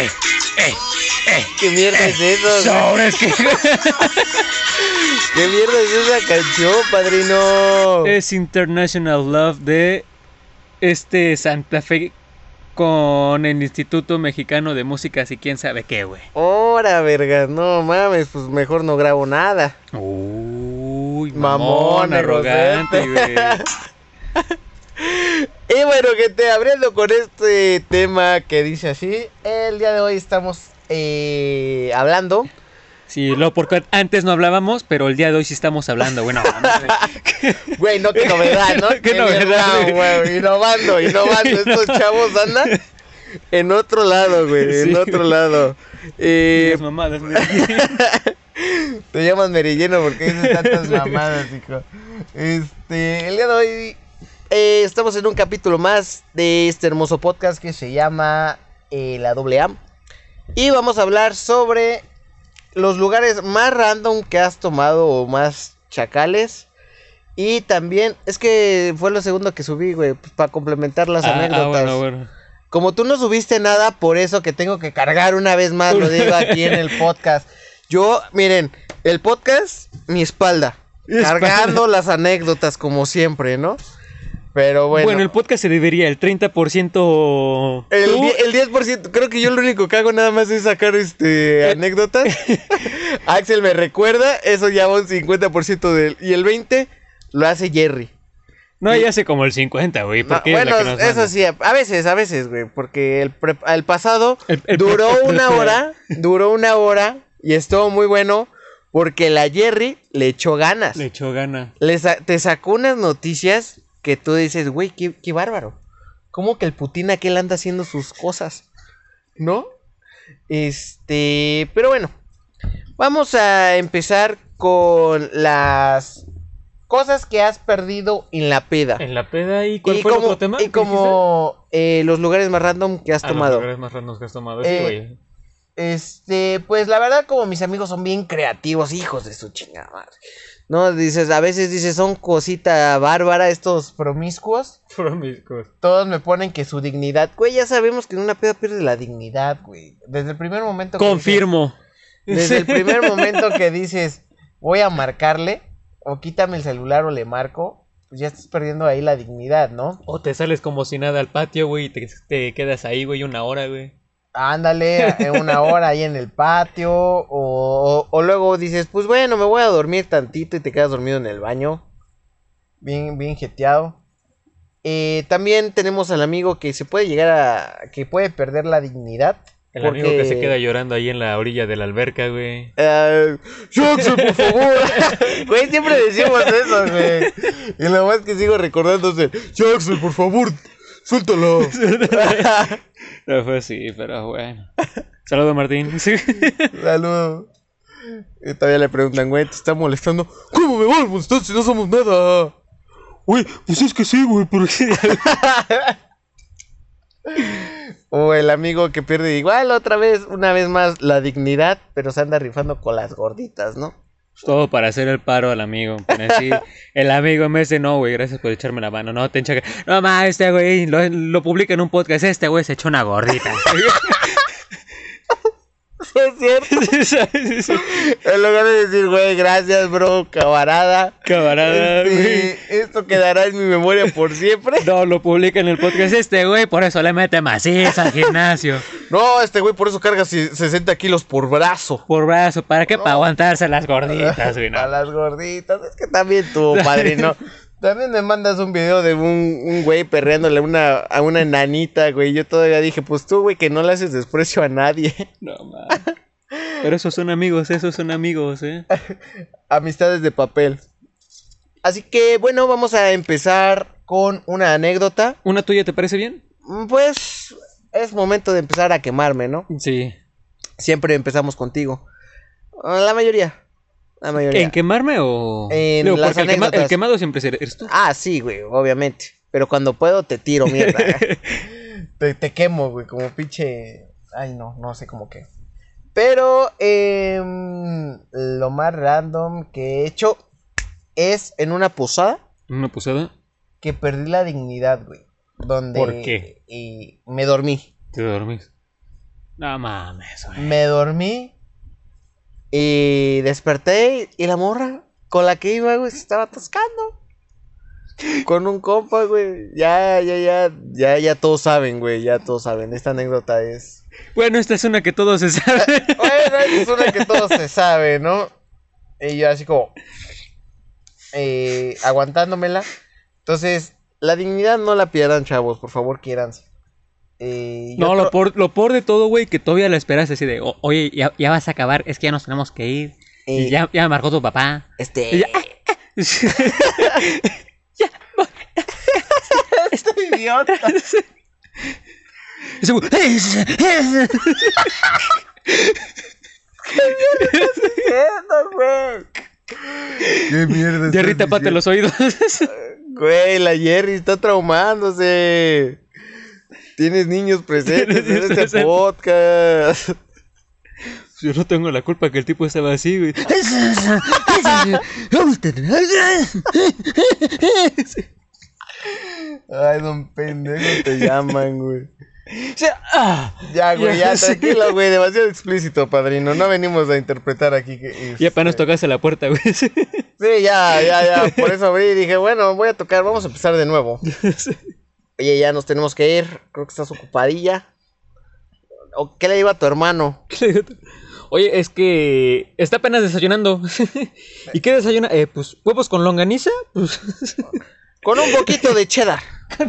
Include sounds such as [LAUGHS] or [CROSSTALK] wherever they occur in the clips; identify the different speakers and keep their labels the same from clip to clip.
Speaker 1: eh, eh, eh.
Speaker 2: ¿Qué mierda es eso?
Speaker 1: Sobres que.
Speaker 2: ¿Qué mierda es esa canción, padrino?
Speaker 3: Es International Love de este Santa Fe con el Instituto Mexicano de Música, y quién sabe qué, güey.
Speaker 2: Hora, vergas, no mames, pues mejor no grabo nada.
Speaker 3: Uy,
Speaker 2: Mamón,
Speaker 3: mamón, arrogante, güey.
Speaker 2: Y bueno, gente, abriendo con este tema que dice así, el día de hoy estamos eh, hablando.
Speaker 3: Sí, lo porque antes no hablábamos, pero el día de hoy sí estamos hablando, bueno.
Speaker 2: [LAUGHS] Güey, no, qué novedad, ¿no?
Speaker 3: [LAUGHS] Qué
Speaker 2: mierda,
Speaker 3: novedad,
Speaker 2: güey. Innovando, innovando. Estos chavos andan en otro lado, güey. En
Speaker 3: Sí,
Speaker 2: otro
Speaker 3: güey.
Speaker 2: lado. Eh,
Speaker 3: Las mamadas, güey.
Speaker 2: Te llamas merilleno porque dices tantas mamadas, hijo. Este, el día de hoy eh, estamos en un capítulo más de este hermoso podcast que se llama eh, La Doble A. Y vamos a hablar sobre los lugares más random que has tomado o más chacales. Y también, es que fue lo segundo que subí, güey, pues, para complementar las
Speaker 3: Ah,
Speaker 2: anécdotas.
Speaker 3: ah, bueno, bueno.
Speaker 2: Como tú no subiste nada, por eso que tengo que cargar una vez más, lo digo aquí en el podcast. Yo, miren, el podcast, mi espalda.
Speaker 3: Mi espalda.
Speaker 2: Cargando las anécdotas, como siempre, ¿no? Pero bueno.
Speaker 3: Bueno, el podcast se debería el 30%
Speaker 2: el,
Speaker 3: tú,
Speaker 2: die- el 10%, creo que yo lo único que hago nada más es sacar
Speaker 3: Eh.
Speaker 2: este
Speaker 3: [LAUGHS]
Speaker 2: anécdotas. Axel me recuerda, eso ya va un 50% del. Y el 20% lo hace Jerry.
Speaker 3: No, ya hace como el 50, güey,
Speaker 2: No,
Speaker 3: porque es la
Speaker 2: bueno,
Speaker 3: que nos
Speaker 2: eso
Speaker 3: manda.
Speaker 2: sí, a a veces, a veces, güey, porque el, pre- el pasado
Speaker 3: [LAUGHS] El- el
Speaker 2: duró
Speaker 3: pre- pre-
Speaker 2: una
Speaker 3: pre-
Speaker 2: hora, duró una hora y estuvo muy bueno porque la Jerry le echó ganas.
Speaker 3: Le echó gana.
Speaker 2: Le sa- te sacó unas noticias que tú dices, güey, qué, qué bárbaro. ¿Cómo que el Putin aquel anda haciendo sus cosas? ¿No? Este, pero bueno, vamos a empezar con las cosas que has perdido en la peda
Speaker 3: En la peda y ¿cuál
Speaker 2: y
Speaker 3: fue el
Speaker 2: como,
Speaker 3: otro tema?
Speaker 2: Y
Speaker 3: que Ah,
Speaker 2: como eh, los lugares más random que has
Speaker 3: dijiste? Ah, los
Speaker 2: tomado.
Speaker 3: lugares más randoms que has tomado,
Speaker 2: Eh,
Speaker 3: sí, güey. [LAUGHS]
Speaker 2: Este, pues la verdad, como mis amigos son bien creativos, hijos de su chingada madre. No, dices, a veces dices, son cosita bárbara estos promiscuos.
Speaker 3: Promiscuos.
Speaker 2: Todos me ponen que su dignidad, güey, ya sabemos que en una peda pierde la dignidad, güey. Desde el primer momento. que
Speaker 3: Confirmo.
Speaker 2: dices-
Speaker 3: [LAUGHS]
Speaker 2: desde el primer momento que dices, voy a marcarle, o quítame el celular o le marco, pues ya estás perdiendo ahí la dignidad, ¿no?
Speaker 3: O te sales como si nada al patio, güey, y te, te quedas ahí, güey, una hora, güey.
Speaker 2: Ándale, en una hora ahí en el patio. O, o- o luego dices, pues bueno, me voy a dormir tantito y te quedas dormido en el baño. Bien, bien jeteado. Eh, también tenemos al amigo que se puede llegar a. que puede perder la dignidad.
Speaker 3: El amigo que se
Speaker 2: porque-
Speaker 3: queda llorando ahí en la orilla de la alberca, güey.
Speaker 2: Eh, Johnson, por favor. [LAUGHS] güey, siempre decimos eso, güey. Y lo más que sigo recordándose, Jackson, por favor, suéltalo.
Speaker 3: No fue así, pero bueno. [LAUGHS] Saludos, Martín. [LAUGHS] Sí.
Speaker 2: Saludo. Y todavía le preguntan, güey, te está molestando. ¿Cómo me vas a molestar si no somos nada?
Speaker 3: Güey, pues es que sí, güey, pero
Speaker 2: O el amigo que pierde igual otra vez, una vez más, la dignidad, pero se anda rifando con las gorditas, ¿no?
Speaker 3: [LAUGHS]
Speaker 2: [LAUGHS]
Speaker 3: Todo para hacer el paro al amigo. Para decir, el amigo en vez de no, güey, gracias por echarme la mano. No, te enchaca. No, ma, este güey lo, lo publica en un podcast. Este güey se echó una [LAUGHS] gordita.
Speaker 2: Sí, es cierto.
Speaker 3: Sí, sí, sí.
Speaker 2: En lugar de decir, güey, gracias, bro, camarada.
Speaker 3: [LAUGHS] Camarada, Ah, güey.
Speaker 2: Este, esto quedará en mi memoria por siempre.
Speaker 3: No, lo publica en el podcast este, güey, por eso le mete maciza al gimnasio.
Speaker 2: No, este güey por eso carga si- 60 kilos por brazo.
Speaker 3: Por brazo, ¿para qué? Para aguantarse las gorditas, güey. No.
Speaker 2: A las gorditas. Es que también tu padrino. También me mandas un video de un, un güey perreándole una, a una enanita, güey. Yo todavía dije, pues tú, güey, que no le haces desprecio a nadie. [LAUGHS]
Speaker 3: No, ma. Pero esos son amigos, esos son amigos, ¿eh?
Speaker 2: Amistades de papel. Así que, bueno, vamos a empezar con una anécdota.
Speaker 3: ¿Una tuya te parece bien?
Speaker 2: Mm, Pues es momento de empezar a quemarme, ¿no?
Speaker 3: Sí.
Speaker 2: Siempre empezamos contigo. Ah, La mayoría. La mayoría.
Speaker 3: ¿En quemarme o...?
Speaker 2: En
Speaker 3: Digo,
Speaker 2: las
Speaker 3: porque el, quema-
Speaker 2: anécdotas.
Speaker 3: el quemado siempre eres tú.
Speaker 2: Ah, sí, güey, obviamente. Pero cuando puedo te tiro, mierda. [LAUGHS] te, te quemo, güey, como pinche. Ay, no, no sé cómo que. Pero em, lo más random que he hecho es en una posada
Speaker 3: ¿Una posada?
Speaker 2: que perdí la dignidad, güey. Donde
Speaker 3: ¿Por qué?
Speaker 2: Y me dormí.
Speaker 3: Te dormís. No mames, güey.
Speaker 2: Me dormí y desperté y y la morra con la que iba, güey, se estaba atascando. Con un compa, güey. Ya, ya, ya, ya, ya todos saben, güey, ya todos saben. Esta anécdota es...
Speaker 3: Bueno, esta es una que todo se sabe.
Speaker 2: [LAUGHS] Bueno, es una que todo se sabe, ¿no? Y yo así como... eh, aguantándomela. Entonces, la dignidad no la pierdan, chavos. Por favor, quiéranse. Eh, yo
Speaker 3: No,
Speaker 2: creo-
Speaker 3: lo peor, lo peor de todo, güey, que todavía la esperas así de, "O- oye, ya, ya vas a acabar, es que ya nos tenemos que ir.
Speaker 2: Eh.
Speaker 3: Y ya, ya me marcó tu papá. [LAUGHS]
Speaker 2: Este...
Speaker 3: Y ya, "Ah,
Speaker 2: [LAUGHS]
Speaker 3: ah".
Speaker 2: Estoy este idiota.
Speaker 3: Ese güey,
Speaker 2: diciendo, güey? ¿Qué mierda?
Speaker 3: Jerry,
Speaker 2: estás
Speaker 3: tápate
Speaker 2: diciendo?
Speaker 3: los oídos. [LAUGHS]
Speaker 2: Güey, la Jerry está traumándose. Tienes niños presentes
Speaker 3: Tienes
Speaker 2: en este
Speaker 3: presentes.
Speaker 2: podcast.
Speaker 3: Yo no tengo la culpa que el tipo estaba así, [LAUGHS] güey.
Speaker 2: Ay, don pendejo [LAUGHS] te llaman, güey.
Speaker 3: Ah.
Speaker 2: Ya, güey, ya,
Speaker 3: Ya, sí.
Speaker 2: tranquilo, güey. Demasiado explícito, padrino. No venimos a interpretar aquí. Que, este,
Speaker 3: Y apenas tocaste la puerta, güey. [LAUGHS]
Speaker 2: Sí, ya, ya, ya. Por eso abrí y dije, bueno, voy a tocar. Vamos a empezar de
Speaker 3: [LAUGHS]
Speaker 2: nuevo. Oye, ya nos tenemos que ir. Creo que estás ocupadilla. ¿O qué le iba a tu hermano?
Speaker 3: Oye, es que está apenas desayunando. [LAUGHS] ¿Y qué desayuna? Eh, pues huevos con longaniza. Pues,
Speaker 2: Con un poquito de cheddar. [LAUGHS]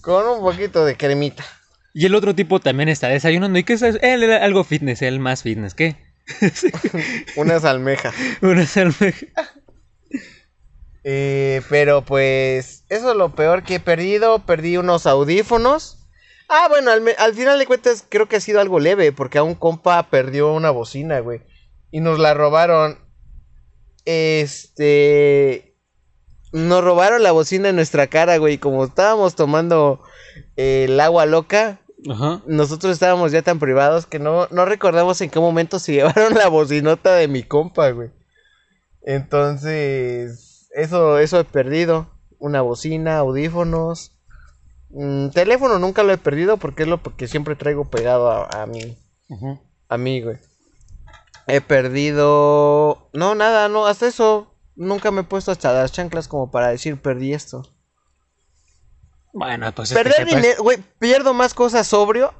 Speaker 2: Con un poquito de cremita.
Speaker 3: Y el otro tipo también está desayunando. ¿Y qué es eso? Él era algo fitness, él más fitness. ¿Qué? [LAUGHS]
Speaker 2: Unas almejas.
Speaker 3: Una salvaje.
Speaker 2: Eh, pero pues eso es lo peor que he perdido. Perdí unos audífonos. Ah, bueno, al, me- al final de cuentas creo que ha sido algo leve porque a un compa perdió una bocina, güey. Y nos la robaron. Este... Nos robaron la bocina en nuestra cara, güey. Como estábamos tomando eh, el agua loca,
Speaker 3: Ajá.
Speaker 2: nosotros estábamos ya tan privados que no, no recordamos en qué momento se [LAUGHS] llevaron la bocinota de mi compa, güey. Entonces, eso, eso he perdido. Una bocina, audífonos. Mm, teléfono nunca lo he perdido porque es lo que siempre traigo pegado a, a mí.
Speaker 3: Ajá.
Speaker 2: A mí, güey. He perdido... No, nada, no, hasta eso. Nunca me he puesto hasta las chanclas como para decir perdí esto.
Speaker 3: Bueno, pues. es que
Speaker 2: Perder
Speaker 3: capaz-
Speaker 2: dinero, güey, pierdo más cosas sobrio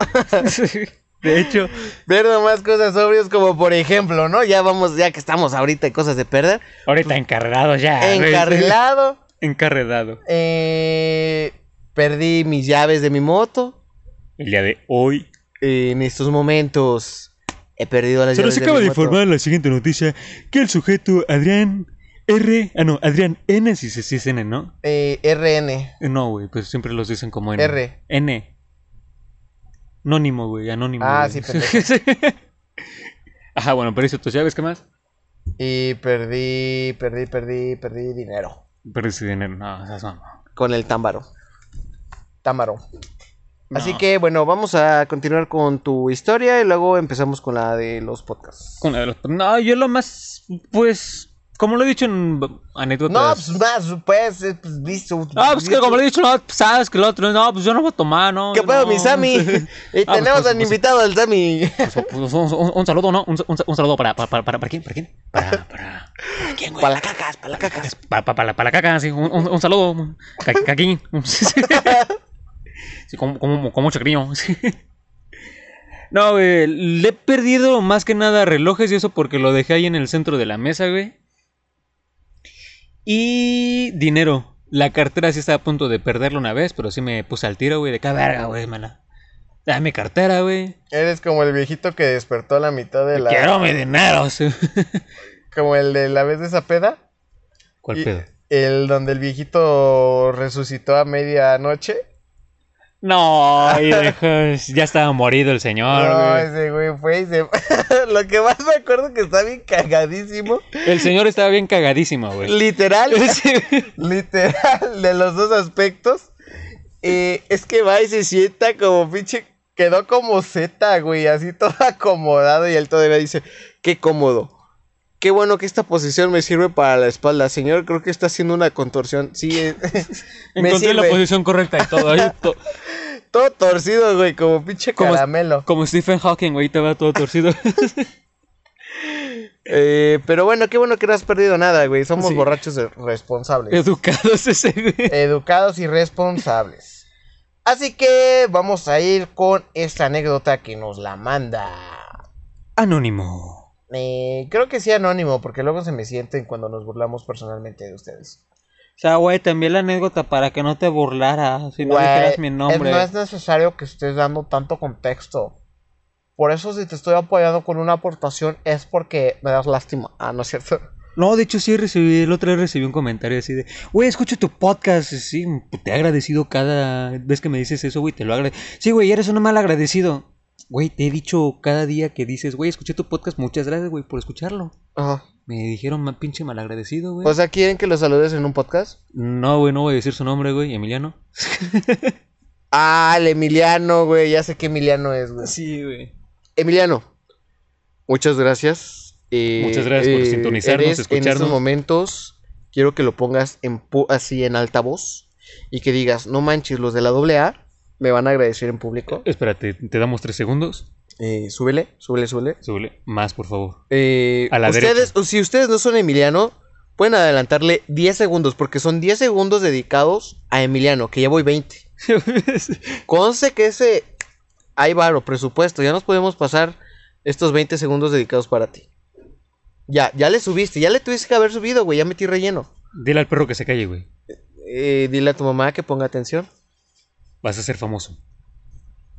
Speaker 3: [LAUGHS] De hecho,
Speaker 2: Pierdo más cosas sobrias como por ejemplo, ¿no? Ya vamos, ya que estamos ahorita en cosas de perder.
Speaker 3: ahorita encarregado ya. Ah, güey.
Speaker 2: Encarrilado.
Speaker 3: Encarredado.
Speaker 2: eh, perdí mis llaves de mi moto.
Speaker 3: El día de hoy.
Speaker 2: En estos momentos he perdido las
Speaker 3: Se
Speaker 2: llaves
Speaker 3: nos acaba
Speaker 2: de
Speaker 3: de
Speaker 2: mi moto.
Speaker 3: informar la siguiente noticia: que el sujeto Adrián R. Ah, no, Adrián N. Si se dice N, ¿no?
Speaker 2: Eh, RN.
Speaker 3: Eh, No, güey, pues siempre los dicen como N.
Speaker 2: R.
Speaker 3: N. Anónimo, güey, anónimo.
Speaker 2: Ah,
Speaker 3: güey. [LAUGHS]
Speaker 2: sí, pendejo.
Speaker 3: Ajá, bueno, perdiste tus llaves, ¿qué más?
Speaker 2: Y perdí, perdí, perdí, perdí dinero.
Speaker 3: Perdiste dinero, no, esas mamá.
Speaker 2: Con el támbaro. Támbaro. Así que bueno, vamos a continuar con tu historia y luego empezamos con la de los podcasts.
Speaker 3: Con la de los- No, yo lo más. Pues. Como lo he dicho en b-
Speaker 2: No,
Speaker 3: anécdotas.
Speaker 2: pues más, pues, eh, pues listo.
Speaker 3: ah, pues que como lo he dicho, no, pues, sabes que el otro. No, pues yo no voy a tomar, no.
Speaker 2: ¿Qué
Speaker 3: yo
Speaker 2: pedo,
Speaker 3: no.
Speaker 2: mi Sammy?
Speaker 3: [LAUGHS]
Speaker 2: Y
Speaker 3: Ah,
Speaker 2: tenemos
Speaker 3: pues,
Speaker 2: al
Speaker 3: pues,
Speaker 2: invitado, al Sammy.
Speaker 3: pues, pues, pues, un, un- un saludo, ¿no? Un, un- un saludo para, para, para, para, ¿para quién? ¿Para quién? Para. para... ¿para quién, güey?
Speaker 2: Para la cacas, para la cacas.
Speaker 3: Para pa, pa la, pa la caca, sí, un, un, un saludo.
Speaker 2: [LAUGHS]
Speaker 3: Ca- Caquín. [LAUGHS] Sí, con, con- con mucho cariño. sí. No, güey, le he perdido más que nada relojes y eso porque lo dejé ahí en el centro de la mesa, güey. Y dinero. La cartera sí estaba a punto de perderla una vez, pero sí me puse al tiro, güey, de qué verga, güey, mala. Dame mi cartera, güey.
Speaker 2: Eres como el viejito que despertó a la mitad de la.
Speaker 3: Quiero mi dinero. sí.
Speaker 2: Como el de la vez de esa peda.
Speaker 3: ¿Cuál
Speaker 2: y-
Speaker 3: pedo?
Speaker 2: El donde el viejito resucitó a medianoche.
Speaker 3: No, y dejó- ya estaba morido el señor,
Speaker 2: no,
Speaker 3: Ah, güey.
Speaker 2: ese güey fue y se. [LAUGHS] Lo que más me acuerdo que está bien cagadísimo.
Speaker 3: El señor estaba bien cagadísimo, güey.
Speaker 2: Literal.
Speaker 3: [LAUGHS] Sí.
Speaker 2: Literal, [LAUGHS] de los dos aspectos. Eh, es que va y se sienta como pinche. Quedó como Z, güey, así [LAUGHS] todo acomodado. Y él todavía dice: Qué cómodo. Qué bueno que esta posición me sirve para la espalda. Señor, creo que está haciendo una contorsión. Sí, eh, [LAUGHS] me
Speaker 3: Encontré la
Speaker 2: sirve.
Speaker 3: posición correcta y todo. ahí to-
Speaker 2: Todo torcido, güey, como pinche
Speaker 3: Como-
Speaker 2: caramelo.
Speaker 3: Como Stephen Hawking, güey, te va todo
Speaker 2: [LAUGHS]
Speaker 3: torcido.
Speaker 2: Eh, pero bueno, qué bueno que no has perdido nada, güey. Somos
Speaker 3: Sí.
Speaker 2: borrachos eh, responsables.
Speaker 3: Educados [LAUGHS] ese, güey.
Speaker 2: educados y responsables. Así que vamos a ir con esta anécdota que nos la manda.
Speaker 3: Anónimo.
Speaker 2: Eh, creo que sí anónimo, porque luego se me sienten cuando nos burlamos personalmente de ustedes.
Speaker 3: O sea, güey, te envié la anécdota para que no te burlaras si no
Speaker 2: Güey,
Speaker 3: dijeras mi nombre.
Speaker 2: es- no es necesario que estés dando tanto contexto. Por eso si te estoy apoyando con una aportación es porque me das lástima. Ah, ¿no es cierto?
Speaker 3: No, de hecho sí recibí, el otro día recibí un comentario así de, güey, escucho tu podcast, y sí, te he agradecido cada vez que me dices eso, güey, te lo agradezco. Sí, güey, eres un mal agradecido. Güey, te he dicho cada día que dices, güey, escuché tu podcast, muchas gracias, güey, por escucharlo.
Speaker 2: Ajá.
Speaker 3: Me dijeron, "Ma- pinche mal agradecido, güey.
Speaker 2: O sea, ¿quieren que los saludes en un podcast?
Speaker 3: no, güey, no voy a decir su nombre, güey, Emiliano.
Speaker 2: Ah, el Emiliano, güey. Ya sé que Emiliano es, güey.
Speaker 3: Sí, güey.
Speaker 2: Emiliano, muchas gracias. Eh,
Speaker 3: Muchas gracias por sintonizarnos,
Speaker 2: eres, En
Speaker 3: escucharnos.
Speaker 2: estos momentos, quiero que lo pongas en pu- así en altavoz y que digas, no manches, los de la AA me van a agradecer en público.
Speaker 3: Espérate, te damos tres segundos.
Speaker 2: Eh, súbele, súbele, súbele.
Speaker 3: Súbele. Más, por favor. [LAUGHS]
Speaker 2: Eh,
Speaker 3: A la
Speaker 2: ustedes, si ustedes no son Emiliano, pueden adelantarle 10 segundos, porque son 10 segundos dedicados a Emiliano, que ya voy 20. Conce que ese. Hay varo, presupuesto. Ya nos podemos pasar estos 20 segundos dedicados para ti. Ya, ya le subiste. Ya le tuviste que haber subido, güey. Ya metí relleno.
Speaker 3: Dile al perro que se calle, güey.
Speaker 2: Eh, dile a tu mamá que ponga atención.
Speaker 3: Vas a ser famoso.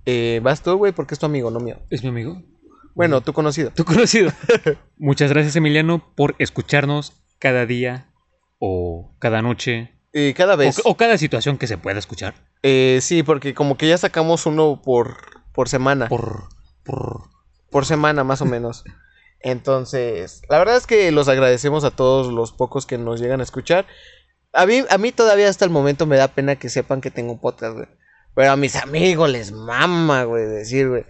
Speaker 2: Eh, vas tú, güey, porque es tu amigo, no mío.
Speaker 3: ¿Es mi amigo? [LAUGHS]
Speaker 2: Bueno, tu conocido.
Speaker 3: Tu conocido. [LAUGHS] Muchas gracias, Emiliano, por escucharnos cada día o cada noche
Speaker 2: Eh, cada
Speaker 3: o,
Speaker 2: vez.
Speaker 3: o cada situación que se pueda escuchar.
Speaker 2: Eh, sí, porque como que ya sacamos uno por, por semana. Por...
Speaker 3: Por, por... [LAUGHS]
Speaker 2: semana, más o menos. Entonces, la verdad es que los agradecemos a todos los pocos que nos llegan a escuchar. A mí, a mí todavía hasta el momento me da pena que sepan que tengo un podcast, güey. Pero a mis amigos les mama, güey, decir, güey.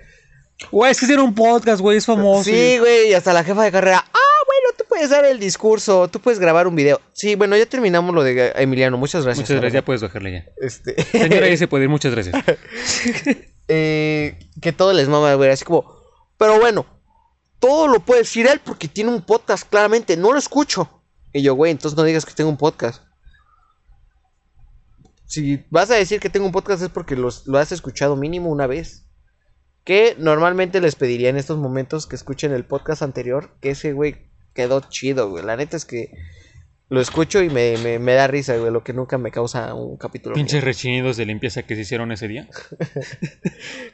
Speaker 3: Güey, es que hicieron un podcast, güey, es famoso.
Speaker 2: sí, güey, y hasta la jefa de carrera. Ah, bueno, tú puedes dar el discurso, tú puedes grabar un video. Sí, bueno, ya terminamos lo de Emiliano. Muchas gracias.
Speaker 3: Muchas gracias, ya puedes bajarle ya. [LAUGHS]
Speaker 2: Este, [LAUGHS]
Speaker 3: Señora, ya se puede ir, muchas gracias.
Speaker 2: eh, que todo les mama, güey. Así como, pero bueno, todo lo puede decir él porque tiene un podcast, claramente. No lo escucho. Y yo, güey, entonces no digas que tengo un podcast. Si vas a decir que tengo un podcast es porque los- lo has escuchado mínimo una vez. Que normalmente les pediría en estos momentos que escuchen el podcast anterior. Que ese, güey, quedó chido, güey. La neta es que lo escucho y me, me- me da risa, güey. Lo que nunca me causa un capítulo. mío.
Speaker 3: Pinches rechinidos de limpieza que se hicieron ese día.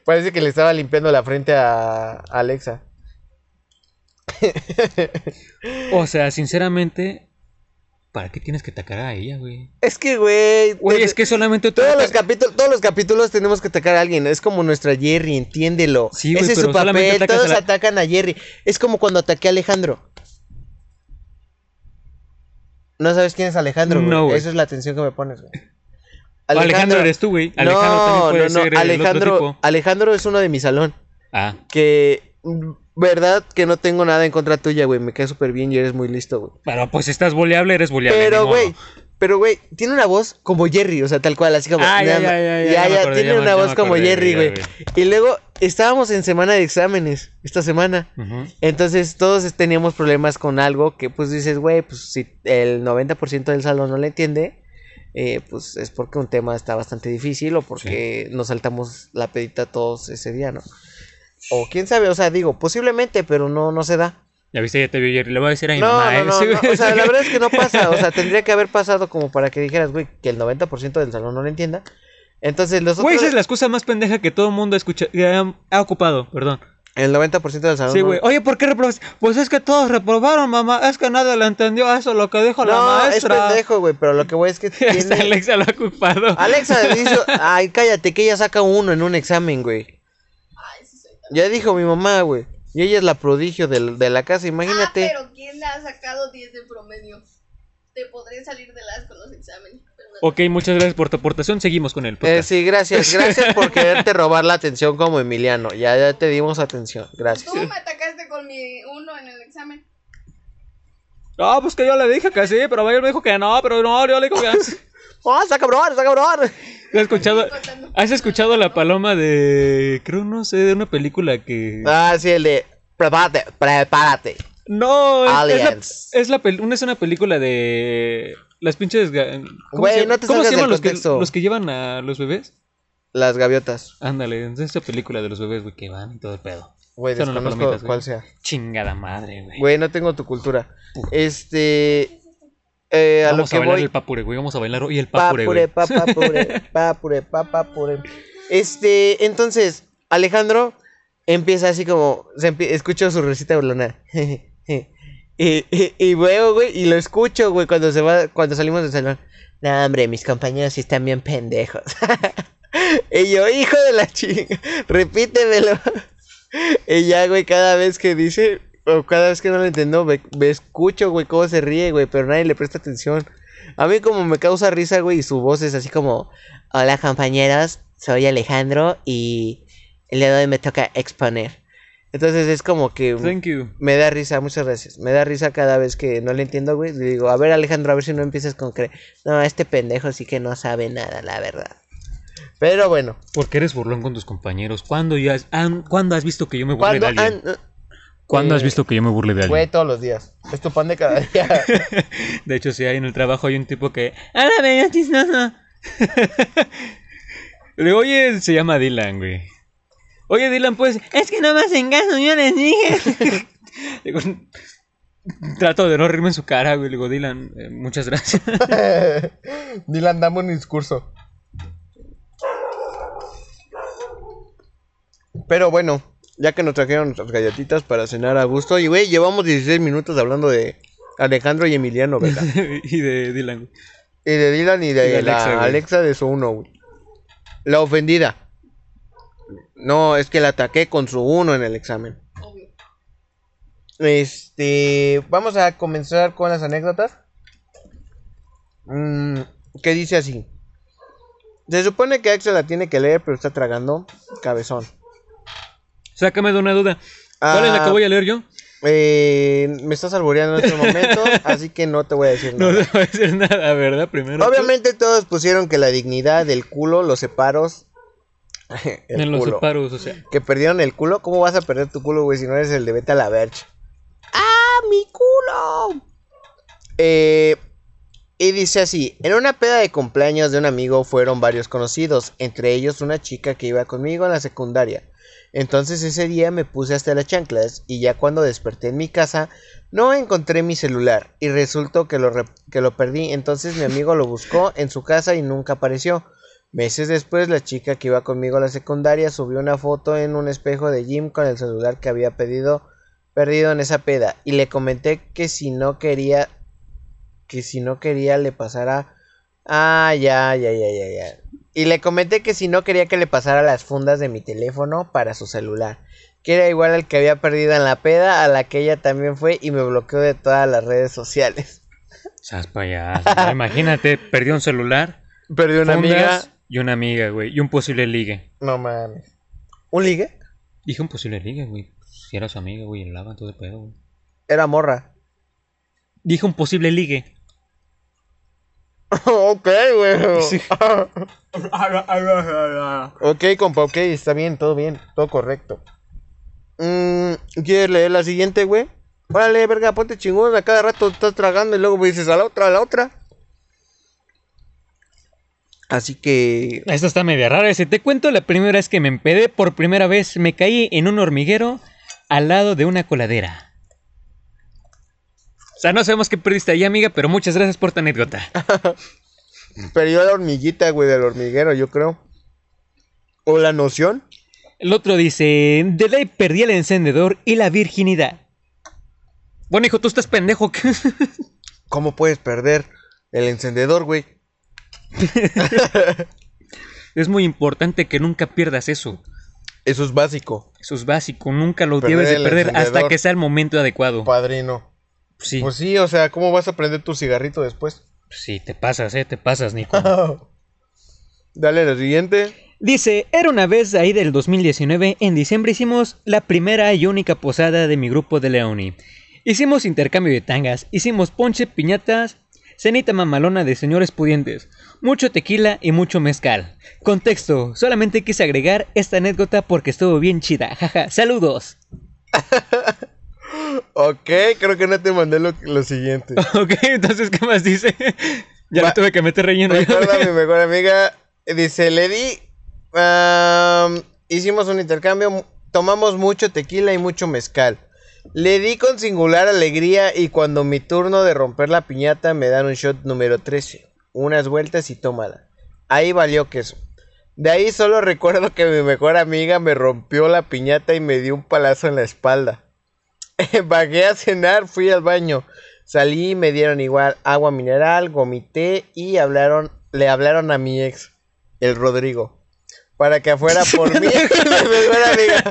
Speaker 2: Parece que le estaba limpiando la frente a Alexa.
Speaker 3: O sea, sinceramente, ¿para qué tienes que atacar a ella, güey?
Speaker 2: Es que, güey.
Speaker 3: Güey,
Speaker 2: te-
Speaker 3: es que solamente tú...
Speaker 2: Todos los, capítulos, todos los capítulos tenemos que atacar a alguien. Es como nuestra Jerry, entiéndelo.
Speaker 3: Sí, güey,
Speaker 2: Ese es
Speaker 3: pero
Speaker 2: su
Speaker 3: solamente
Speaker 2: papel.
Speaker 3: atacas
Speaker 2: Todos
Speaker 3: a la-
Speaker 2: atacan a Jerry. Es como cuando ataqué a Alejandro. No sabes quién es Alejandro, güey.
Speaker 3: No, güey.
Speaker 2: Esa es la atención que me pones, güey.
Speaker 3: Alejandro, eres tú, güey.
Speaker 2: No,
Speaker 3: Alejandro también puede
Speaker 2: no, no.
Speaker 3: ser el
Speaker 2: Alejandro,
Speaker 3: otro tipo.
Speaker 2: Alejandro es uno de mi salón.
Speaker 3: Ah,
Speaker 2: Que, mm, verdad, que no tengo nada en contra tuya, güey. Me cae súper bien y eres muy listo, güey.
Speaker 3: pero pues si estás boleable, eres boleable. ni
Speaker 2: Pero,
Speaker 3: modo.
Speaker 2: güey, pero, güey, tiene una voz como Jerry, o sea, tal cual, así como.
Speaker 3: Ah, ya,
Speaker 2: nada
Speaker 3: ya,
Speaker 2: más.
Speaker 3: ya, ya, ya me acordé,
Speaker 2: tiene
Speaker 3: ya me-
Speaker 2: una
Speaker 3: ya me
Speaker 2: voz como
Speaker 3: acordé,
Speaker 2: Jerry,
Speaker 3: ya,
Speaker 2: güey. Y luego estábamos en semana de exámenes, esta semana.
Speaker 3: Ujú.
Speaker 2: Entonces todos teníamos problemas con algo que, pues dices, güey, pues si el 90% del salón no le entiende, eh, pues es porque un tema está bastante difícil o porque nos saltamos la pedita todos ese día, ¿no? O quién sabe, o sea, digo, posiblemente, pero no, no se da.
Speaker 3: Ya viste, ya te vio ayer. Le voy a decir a mi
Speaker 2: No,
Speaker 3: mamá.
Speaker 2: no,
Speaker 3: ¿eh?
Speaker 2: no,
Speaker 3: Sí,
Speaker 2: no,
Speaker 3: güey.
Speaker 2: O sea,
Speaker 3: [LAUGHS]
Speaker 2: la verdad es que no pasa. O sea, tendría que haber pasado como para que dijeras, güey, que el 90% del salón no lo entienda. Entonces, los
Speaker 3: Güey, esa es
Speaker 2: otros.
Speaker 3: la excusa más pendeja que todo el mundo escucha, eh, ha ocupado, perdón.
Speaker 2: El 90% del salón.
Speaker 3: Sí,
Speaker 2: no-
Speaker 3: güey. Oye, ¿por qué reprobaste? Pues es que todos reprobaron, mamá. Es que nadie le entendió eso, lo que dijo Oh, la
Speaker 2: No, es
Speaker 3: maestra. [LAUGHS]
Speaker 2: pendejo, güey, pero lo que voy es que
Speaker 3: Hasta
Speaker 2: tiene. Ah.
Speaker 3: Alexa lo ha ocupado.
Speaker 2: Alexa dice, ay, cállate, que ella saca uno en un examen, güey. Ya dijo mi mamá, güey. Y ella es la prodigio del- de, la casa, imagínate.
Speaker 4: Ah, pero ¿quién ha sacado 10 de promedio? Te podré salir de las con los exámenes. pero no.
Speaker 3: Ok, muchas gracias por tu aportación. Seguimos con el
Speaker 2: Eh,
Speaker 3: podcast.
Speaker 2: sí, gracias,
Speaker 3: [LAUGHS]
Speaker 2: gracias por quererte robar la atención como Emiliano. Ya, ya te dimos atención, gracias.
Speaker 4: Tú me atacaste con mi uno en el examen.
Speaker 3: No, pues que yo le dije que sí, [LAUGHS] pero ella me dijo que no, pero no, yo le digo que sí.
Speaker 2: ¡Oh, está cabrón, está cabrón!
Speaker 3: ¿Has escuchado, ¿Has escuchado la paloma de. Creo, no sé, de una película que.
Speaker 2: Ah, sí, el de. Prepárate, prepárate.
Speaker 3: No, es, es la-
Speaker 2: Aliens.
Speaker 3: es la pel- una, es una película de. Las pinches. ga- ¿Cómo
Speaker 2: Güey,
Speaker 3: se, llama-
Speaker 2: no te
Speaker 3: cómo se
Speaker 2: salgas
Speaker 3: llaman
Speaker 2: del
Speaker 3: los que,
Speaker 2: contexto.
Speaker 3: los que llevan a los bebés?
Speaker 2: Las gaviotas.
Speaker 3: Ándale, es esta película de los bebés, güey, que van y todo el pedo.
Speaker 2: Güey,
Speaker 3: Son las
Speaker 2: desconozco
Speaker 3: palomitas,
Speaker 2: cuál
Speaker 3: güey.
Speaker 2: sea.
Speaker 3: Chingada madre, güey.
Speaker 2: Güey, no tengo tu cultura. Este. eh, a
Speaker 3: vamos
Speaker 2: lo
Speaker 3: a
Speaker 2: que
Speaker 3: bailar
Speaker 2: voy.
Speaker 3: el papure, güey. Vamos a bailar hoy el papure, güey.
Speaker 2: Papure,
Speaker 3: [LAUGHS]
Speaker 2: papapure, papure, papapure. Este, entonces, Alejandro empieza así como. Se empie- escucho su recita burlona. [LAUGHS] y, y, y luego, güey, y lo escucho, güey, cuando se va, cuando salimos del salón. No, hombre, mis compañeros sí están bien pendejos. [LAUGHS] y yo, hijo de la chinga, repítemelo. y ya, güey, cada vez que dice, o cada vez que no lo entiendo, me, me escucho, güey, cómo se ríe, güey, pero nadie le presta atención. A mí como me causa risa, güey, y su voz es así como, hola compañeros, soy Alejandro y el día de hoy me toca exponer. Entonces es como que
Speaker 3: Thank you.
Speaker 2: me da risa, muchas gracias. Me da risa cada vez que no le entiendo, güey. Le digo, a ver Alejandro, a ver si no empiezas con que... No, este pendejo sí que no sabe nada, la verdad. Pero bueno,
Speaker 3: Porque eres burlón con tus compañeros. ¿Cuándo, ya has, han- ¿cuándo has visto que yo me burle
Speaker 2: cuando...
Speaker 3: de alguien?
Speaker 2: ah,
Speaker 3: ¿Cuándo
Speaker 2: eh,
Speaker 3: has visto que yo me burle de
Speaker 2: no,
Speaker 3: alguien?
Speaker 2: Güey, todos los días. Es tu pan de cada día. [LAUGHS]
Speaker 3: De hecho, si hay en el trabajo hay un tipo que. "A la verga, chis, no, no". Le [LAUGHS] digo, oye, se llama Dylan, güey. Oye, Dylan, pues, es que no me hacen caso, yo les dije. [LAUGHS] Digo, trato de no rirme en su cara, güey. Le digo, Dylan, eh, muchas gracias.
Speaker 2: Dylan, dame un discurso. Pero bueno, ya que nos trajeron nuestras galletitas para cenar a gusto. Y güey, llevamos 16 minutos hablando de Alejandro y Emiliano, ¿verdad?
Speaker 3: [LAUGHS] y de Dylan, güey.
Speaker 2: [LAUGHS] y de Dylan y de,
Speaker 3: Y de
Speaker 2: Alexa,
Speaker 3: Alexa,
Speaker 2: la
Speaker 3: güey.
Speaker 2: Alexa de su uno, güey. La ofendida. No, es que la ataqué con su uno en el examen.
Speaker 4: Obvio.
Speaker 2: Este, vamos a comenzar con las anécdotas. Mm, que dice así. Se supone que Axel la tiene que leer, pero está tragando cabezón.
Speaker 3: Sácame de una duda. ¿Cuál es la
Speaker 2: Ah.
Speaker 3: que voy a leer yo?
Speaker 2: Eh, me estás alboreando en
Speaker 3: [LAUGHS]
Speaker 2: este momento, así que no te voy a decir
Speaker 3: No [LAUGHS]
Speaker 2: nada.
Speaker 3: te voy a decir nada, ¿verdad? Primero.
Speaker 2: Obviamente todos pusieron que la dignidad, el culo, los separos. [LAUGHS] el
Speaker 3: en los
Speaker 2: culo.
Speaker 3: separos, o sea.
Speaker 2: Que perdieron el culo. ¿Cómo vas a perder tu culo, güey, si no eres el de Vete a la Verge? ¡Ah, mi culo! Eh, y dice así: En una peda de cumpleaños de un amigo fueron varios conocidos, entre ellos una chica que iba conmigo en la secundaria. Entonces ese día me puse hasta las chanclas y ya cuando desperté en mi casa no encontré mi celular y resultó que lo, re- que lo perdí. Entonces mi amigo lo buscó en su casa y nunca apareció. Meses después, la chica que iba conmigo a la secundaria subió una foto en un espejo de Jim con el celular que había pedido, perdido en esa peda, y le comenté que si no quería, que si no quería le pasara, ah, ya, ya, ya, ya, ya, y le comenté que si no quería que le pasara las fundas de mi teléfono para su celular, que era igual al que había perdido en la peda, a la que ella también fue y me bloqueó de todas las redes sociales.
Speaker 3: Seas payaso. ¿no? Imagínate, perdí un celular,
Speaker 2: Perdió una
Speaker 3: fundas
Speaker 2: amiga.
Speaker 3: y una amiga, güey. Y un posible ligue.
Speaker 2: No mames. ¿Un ligue?
Speaker 3: Dije un posible ligue, güey. Si era su amiga, güey, el lava todo el pedo, güey.
Speaker 2: Era morra.
Speaker 3: Dije un posible ligue.
Speaker 2: Ok, güey.
Speaker 3: Sí.
Speaker 2: ok, compa, ok, está bien, todo bien, todo correcto. Mm, ¿Quieres leer la siguiente, güey? Órale, verga, ponte chingón, a cada rato estás tragando y luego me dices a la otra, a la otra. Así que...
Speaker 3: Esta está media rara. Ese te cuento la primera vez que me empedé por primera vez. Me caí en un hormiguero al lado de una coladera. O sea, no sabemos qué perdiste ahí, amiga, pero muchas gracias por tu anécdota.
Speaker 2: Perdió la hormiguita, güey, del hormiguero, yo creo. O la noción.
Speaker 3: El otro dice, de ley perdí el encendedor y la virginidad. Bueno, hijo, tú estás pendejo. [LAUGHS] ¿qué?
Speaker 2: ¿Cómo puedes perder el encendedor, güey?
Speaker 3: es muy importante que nunca pierdas eso.
Speaker 2: Eso es básico,
Speaker 3: Eso es básico. Nunca lo
Speaker 2: Perder
Speaker 3: debes de
Speaker 2: el
Speaker 3: perder hasta
Speaker 2: encendedor.
Speaker 3: que sea el momento adecuado.
Speaker 2: padrino.
Speaker 3: Sí,
Speaker 2: Pues sí, o sea, ¿cómo vas a prender tu cigarrito después?
Speaker 3: sí, te pasas, eh, te pasas, Nico.
Speaker 2: [LAUGHS] Dale, la siguiente.
Speaker 3: Dice, era una vez ahí del 2019, en diciembre hicimos la primera y única posada de mi grupo de Leoni. Hicimos intercambio de tangas, hicimos ponche, piñatas, cenita mamalona de señores pudientes. Mucho tequila y mucho mezcal. Contexto, solamente quise agregar esta anécdota porque estuvo bien chida. Jaja, saludos.
Speaker 2: Ok, creo que no te mandé lo, lo [LAUGHS] siguiente.
Speaker 3: [LAUGHS] Ok, entonces, ¿qué más dice? Ya
Speaker 2: Va-
Speaker 3: lo tuve que meter relleno.
Speaker 2: Recuerda a mi mejor amiga. Dice, le di. am, hicimos un intercambio. mu- Tomamos mucho tequila y mucho mezcal. Le di con singular alegría y cuando mi turno de romper la piñata me dan un shot número 13. Unas vueltas y tómala. Ahí valió queso. De ahí solo recuerdo que mi mejor amiga me rompió la piñata y me dio un palazo en la espalda. [LAUGHS] Vagué a cenar, fui al baño. Salí y me dieron igual agua mineral, gomité y hablaron, le hablaron a mi ex, el Rodrigo, para que [LAUGHS] afuera por mí. mi mejor amiga.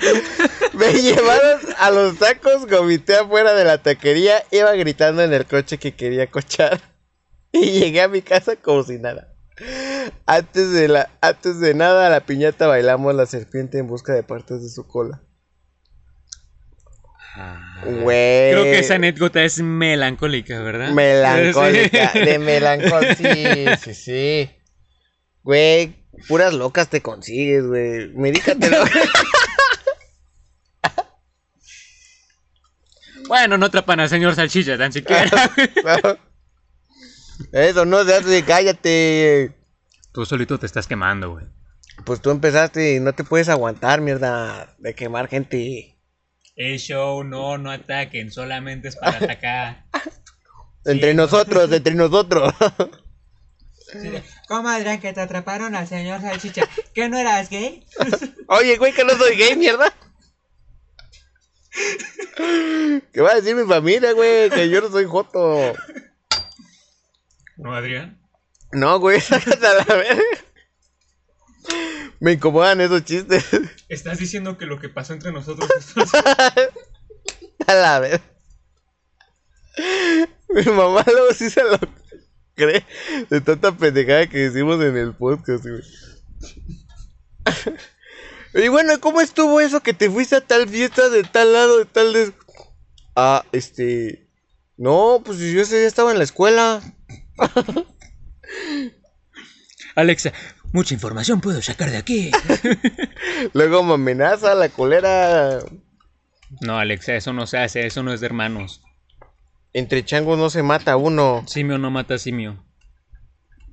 Speaker 2: Me llevaron a los tacos, gomité afuera de la taquería, iba gritando en el coche que quería cochar. [LAUGHS] Y llegué a mi casa como si nada. Antes de, la, antes de nada, a la piñata bailamos la serpiente en busca de partes de su cola. Güey.
Speaker 3: Creo que esa anécdota es melancólica, ¿verdad?
Speaker 2: [LAUGHS] Melancólica,
Speaker 3: [LAUGHS] Sí.
Speaker 2: de melancólica, sí, sí, sí. Güey, puras locas te consigues, güey. Medícatelo.
Speaker 3: [LAUGHS] Bueno, no trapan al señor Salchicha tan siquiera.
Speaker 2: Eso no se hace, cállate.
Speaker 3: Tú solito te estás quemando, güey.
Speaker 2: Pues tú empezaste y no te puedes aguantar, mierda, de quemar gente.
Speaker 3: El show, no, no ataquen, solamente es para atacar.
Speaker 2: Entre nosotros, entre nosotros.
Speaker 5: ¿Cómo Adrián que te atraparon al señor Salchicha? ¿Que no eras gay?
Speaker 2: Oye, güey, que no soy gay, mierda. ¿Qué va a decir mi familia, güey? Que yo no soy joto.
Speaker 3: ¿No, Adrián?
Speaker 2: No, güey, [LAUGHS] sácate a la verga. Me incomodan esos chistes. [LAUGHS]
Speaker 3: Estás diciendo que lo que pasó entre nosotros
Speaker 2: A la verga. Mi mamá luego sí se lo cree de tanta pendejada que decimos en el podcast, güey. [LAUGHS] Y bueno, ¿cómo estuvo eso que te fuiste a tal fiesta de tal lado, de tal des... Ah, este... No, pues yo ese día estaba en la escuela.
Speaker 3: Alexa, mucha información puedo sacar de aquí.
Speaker 2: Luego me amenaza la colera.
Speaker 3: No, Alexa, eso no se hace, eso no es de hermanos.
Speaker 2: Entre changos no se mata uno,
Speaker 3: Simio no mata a simio.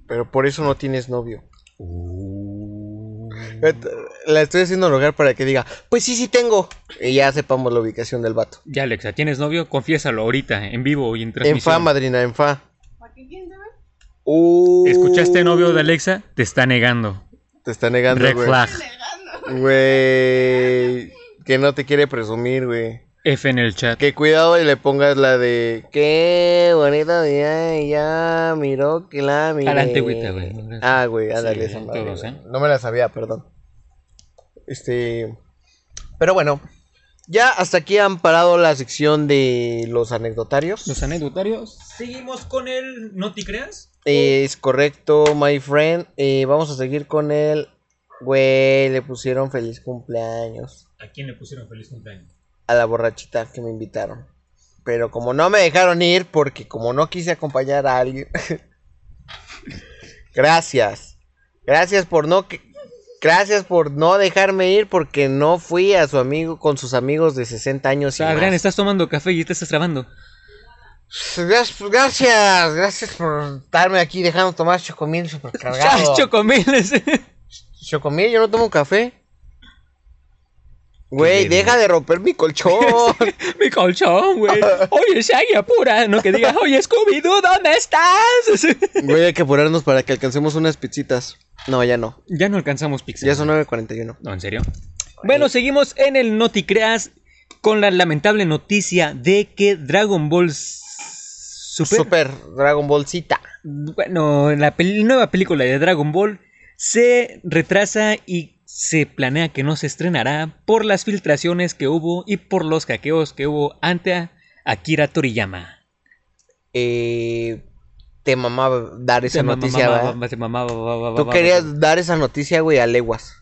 Speaker 2: pero por eso no tienes novio. La estoy haciendo lugar para que diga, pues sí, sí tengo. Y ya sepamos la ubicación del vato.
Speaker 3: Ya, Alexa, ¿tienes novio? Confiésalo ahorita, en vivo y en
Speaker 2: En
Speaker 3: transmisión.
Speaker 2: fa, madrina, en fa.
Speaker 4: ¿Para qué quieren saber?
Speaker 3: [LAUGHS] ¿Escuchaste novio de Alexa? Te está negando.
Speaker 2: Te está negando,
Speaker 3: Red
Speaker 2: güey.
Speaker 3: flag.
Speaker 4: Negando.
Speaker 2: Güey. Que no te quiere presumir, güey.
Speaker 3: F en el chat.
Speaker 2: Que cuidado y le pongas la de. Qué bonito día. y Ya miró que la miré.
Speaker 3: A la antigüita, güey.
Speaker 2: Ah, güey, ándale.
Speaker 3: Sí,
Speaker 2: esa
Speaker 3: en
Speaker 2: madre,
Speaker 3: todos,
Speaker 2: güey.
Speaker 3: ¿eh?
Speaker 2: No me la sabía, perdón. Este. Pero bueno. Ya hasta aquí han parado la sección de los anecdotarios.
Speaker 3: Los anecdotarios. Seguimos con el. ¿No te creas?
Speaker 2: Eh, es correcto, my friend. Eh, vamos a seguir con el. Güey, le pusieron feliz cumpleaños
Speaker 3: ¿A quién le pusieron feliz cumpleaños?
Speaker 2: a la borrachita que me invitaron. Pero como no me dejaron ir, porque como no quise acompañar a alguien. [LAUGHS] gracias. Gracias por no. que- Gracias por no dejarme ir porque no fui a su amigo con sus amigos de 60
Speaker 3: O
Speaker 2: años. y
Speaker 3: sea, Ah, Adrián,
Speaker 2: más.
Speaker 3: estás tomando café y te estás trabando.
Speaker 2: Pues, Gracias, gracias, gracias por estarme aquí dejando tomar chocomil supercargado.
Speaker 3: ¡Ay, chocomiles!
Speaker 2: Chocomil, yo no tomo café.
Speaker 3: Qué
Speaker 2: Güey, deja de romper mi colchón.
Speaker 3: [LAUGHS] Mi colchón, güey. Oye, Shaggy, pura. No que digas, oye, Scooby-Doo, ¿dónde estás?
Speaker 2: Güey, hay que apurarnos para que alcancemos unas pizzitas. [LAUGHS] No, ya no.
Speaker 3: ya no alcanzamos Pixel.
Speaker 2: Ya son 9.41.
Speaker 3: No, ¿en serio? Bueno, seguimos en el Noti Creas con la lamentable noticia de que Dragon Ball S- Super,
Speaker 2: Super Dragon Ball Z.
Speaker 3: bueno, la peli- nueva película de Dragon Ball se retrasa y se planea que no se estrenará por las filtraciones que hubo y por los hackeos que hubo ante Akira Toriyama.
Speaker 2: Eh, te mamaba dar esa
Speaker 3: Se ma-
Speaker 2: noticia,
Speaker 3: ma- ma-
Speaker 2: ¿verdad?
Speaker 3: ma- se mamaba, ba- ba- ba-
Speaker 2: Tú
Speaker 3: ba-
Speaker 2: querías dar esa noticia, güey, a leguas.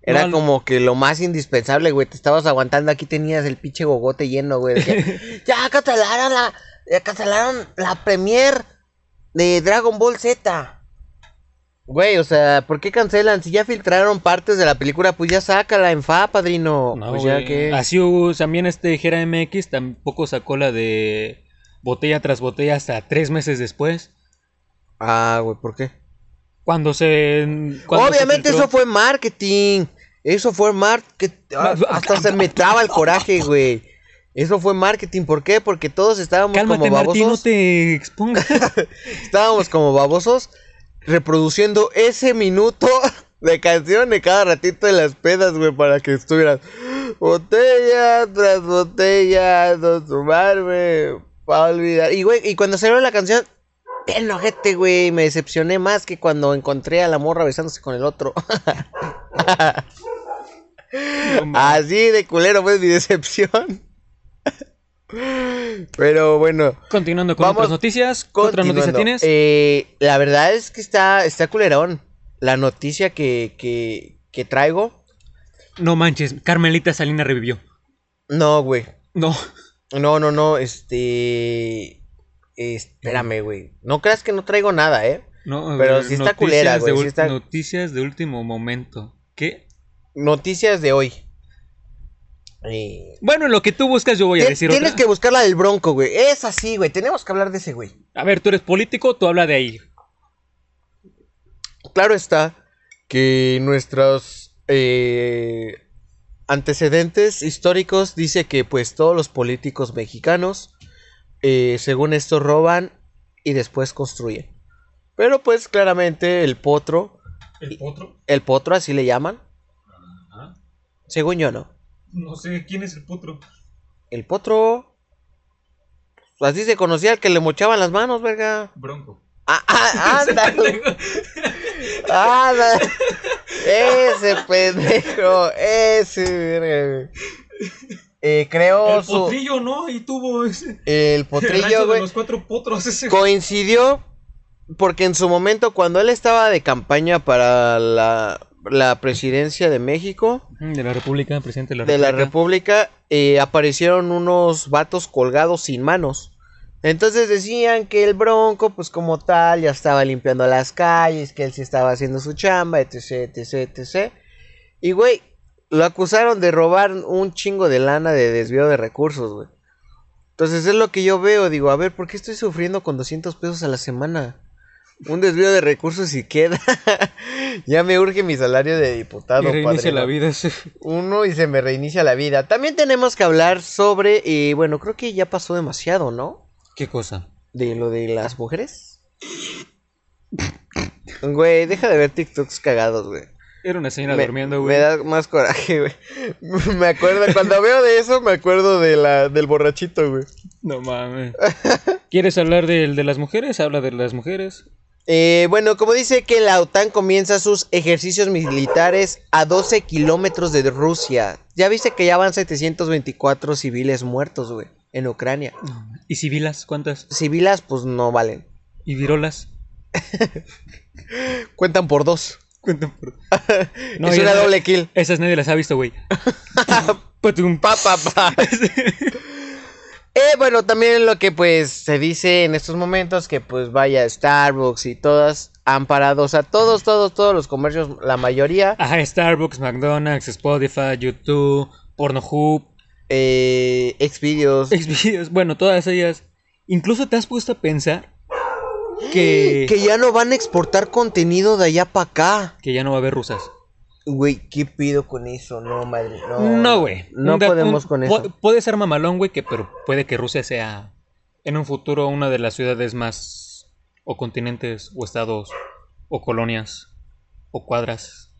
Speaker 2: Era
Speaker 3: No, no.
Speaker 2: como que lo más indispensable, güey. Te estabas aguantando. Aquí tenías el pinche gogote lleno, güey. Decía,
Speaker 3: [LAUGHS]
Speaker 2: ya cancelaron la, ya cancelaron la premier de Dragon Ball Z. Güey, o sea, ¿por qué cancelan? Si ya filtraron partes de la película, pues ya sácala en fa, padrino.
Speaker 3: No,
Speaker 2: pues
Speaker 3: güey. Ah.
Speaker 2: ya que.
Speaker 3: Así hubo, también este Gera MX tampoco sacó la de botella tras botella hasta tres meses después.
Speaker 2: Ah, güey, ¿por qué?
Speaker 3: Cuando se. cuando se
Speaker 2: Obviamente
Speaker 3: filtró.
Speaker 2: eso fue marketing. Eso fue marketing.
Speaker 3: Ma-
Speaker 2: Hasta
Speaker 3: [LAUGHS]
Speaker 2: se me traba el coraje, güey. Eso fue marketing. ¿Por qué? Porque todos estábamos
Speaker 3: Cálmate,
Speaker 2: como babosos.
Speaker 3: Martín, no te expongas.
Speaker 2: [LAUGHS] Estábamos como babosos reproduciendo ese minuto [LAUGHS] de canción de cada ratito de las pedas, güey, para que estuvieran botella tras botella, no sumarme, pa' olvidar. Y, güey, y cuando salió la canción, bien ojete, güey, me decepcioné más que cuando encontré a la morra besándose con el otro. Así de culero fue mi decepción. Pero bueno.
Speaker 3: Continuando con
Speaker 2: Vamos
Speaker 3: otras noticias. ¿Qué otra noticia
Speaker 2: Continuando,
Speaker 3: tienes?
Speaker 2: eh, la verdad es que está, está culerón. La noticia que, que, que traigo.
Speaker 3: No manches, Carmelita Salina revivió.
Speaker 2: No, güey.
Speaker 3: No.
Speaker 2: No, no, no. Este. Espérame, güey. No creas que no traigo nada, ¿eh?
Speaker 3: No,
Speaker 2: Pero
Speaker 3: eh,
Speaker 2: sí está
Speaker 3: noticias
Speaker 2: culera,
Speaker 3: de
Speaker 2: güey, sí
Speaker 3: ul-
Speaker 2: está-
Speaker 3: Noticias de último momento. ¿Qué?
Speaker 2: Noticias de hoy. Eh,
Speaker 3: Bueno, en lo que tú buscas, yo voy a
Speaker 2: tien-
Speaker 3: decir
Speaker 2: Tienes
Speaker 3: otra.
Speaker 2: que buscar la del bronco, güey. Es así, güey. Tenemos que hablar de ese, güey.
Speaker 3: A ver, tú eres político, tú habla de ahí.
Speaker 2: Claro está que nuestros eh, antecedentes históricos dice que pues todos los políticos mexicanos, eh, según esto, roban y después construyen. Pero pues claramente el potro,
Speaker 5: ¿El potro?
Speaker 2: el potro así le llaman,
Speaker 5: Ajá.
Speaker 2: según yo no.
Speaker 5: No sé quién es el potro.
Speaker 2: El potro... pues, Así se conocía al que le mochaban las manos, verga.
Speaker 5: Bronco.
Speaker 2: Ah,
Speaker 5: [LAUGHS]
Speaker 2: ah, anda, güey. Ah, la- Ese pendejo, ese. verga, güey. Eh, creo
Speaker 5: El
Speaker 2: su.
Speaker 5: potrillo, ¿no? Y tuvo ese.
Speaker 2: El
Speaker 5: el rancho
Speaker 2: potrillo,
Speaker 5: de
Speaker 2: güey.
Speaker 5: los cuatro potros ese.
Speaker 2: Coincidió porque en su momento, cuando él estaba de campaña para la, la presidencia de México,
Speaker 3: Mm, De la República, presidente de la
Speaker 2: de la
Speaker 3: República.
Speaker 2: República, eh, aparecieron unos vatos colgados sin manos. Entonces decían que el Bronco, pues como tal, ya estaba limpiando las calles, que él sí estaba haciendo su chamba, etc, etc, etc. Y, güey, lo acusaron de robar un chingo de lana de desvío de recursos, güey. Entonces es lo que yo veo, digo, a ver, ¿por qué estoy sufriendo con 200 pesos a la semana? Un desvío de recursos y queda. [LAUGHS] ya me urge mi salario de diputado.
Speaker 3: Y reinicia
Speaker 2: padrino
Speaker 3: la vida. [LAUGHS] ese.
Speaker 2: uno y se me reinicia la vida. También tenemos que hablar sobre, eh, bueno, creo que ya pasó demasiado, ¿no?
Speaker 3: ¿Qué cosa?
Speaker 2: De lo de las mujeres. Güey, deja de ver TikToks cagados, güey.
Speaker 3: Era una señora
Speaker 2: Me,
Speaker 3: durmiendo,
Speaker 2: me
Speaker 3: güey.
Speaker 2: da más coraje, güey. [LAUGHS] Me acuerdo, cuando veo de eso, me acuerdo de la, del borrachito, güey.
Speaker 3: No
Speaker 2: [LAUGHS]
Speaker 3: mames. ¿Quieres hablar del de las mujeres? Habla de las mujeres.
Speaker 2: Eh, bueno, como dice que la OTAN comienza sus ejercicios militares a 12 kilómetros de Rusia. Ya viste que ya van 724 civiles muertos, güey, en Ucrania.
Speaker 3: ¿Y civilas? ¿Cuántas?
Speaker 2: civilas pues no valen.
Speaker 3: ¿Y virolas?
Speaker 2: Cuentan por dos.
Speaker 3: Cuentan por.
Speaker 2: [LAUGHS]
Speaker 3: No,
Speaker 2: es
Speaker 3: ya
Speaker 2: una
Speaker 3: no-
Speaker 2: doble kill.
Speaker 3: Esas nadie las ha visto,
Speaker 2: [LAUGHS]
Speaker 3: güey. Patum, pa.
Speaker 2: Pa, pa, pa. [LAUGHS] Eh, bueno, también lo que pues se dice en estos momentos que pues vaya Starbucks y todas han parado, o sea, todos, todos, todos los comercios, la mayoría,
Speaker 3: Ajá, Starbucks, McDonald's, Spotify, YouTube, Pornhub,
Speaker 2: eh, Xvideos.
Speaker 3: Xvideos, bueno, todas ellas. Incluso te has puesto a pensar que,
Speaker 2: [GASPS] Que ya no van a exportar contenido de allá para acá.
Speaker 3: que ya no va a haber rusas.
Speaker 2: Güey, ¿qué pido con eso? No, madre. No,
Speaker 3: No, güey.
Speaker 2: No
Speaker 3: Un da-
Speaker 2: podemos
Speaker 3: un-
Speaker 2: con
Speaker 3: po-
Speaker 2: eso.
Speaker 3: Puede ser mamalón, güey, que pero puede que Rusia sea en un futuro una de las ciudades más o continentes o estados o colonias o cuadras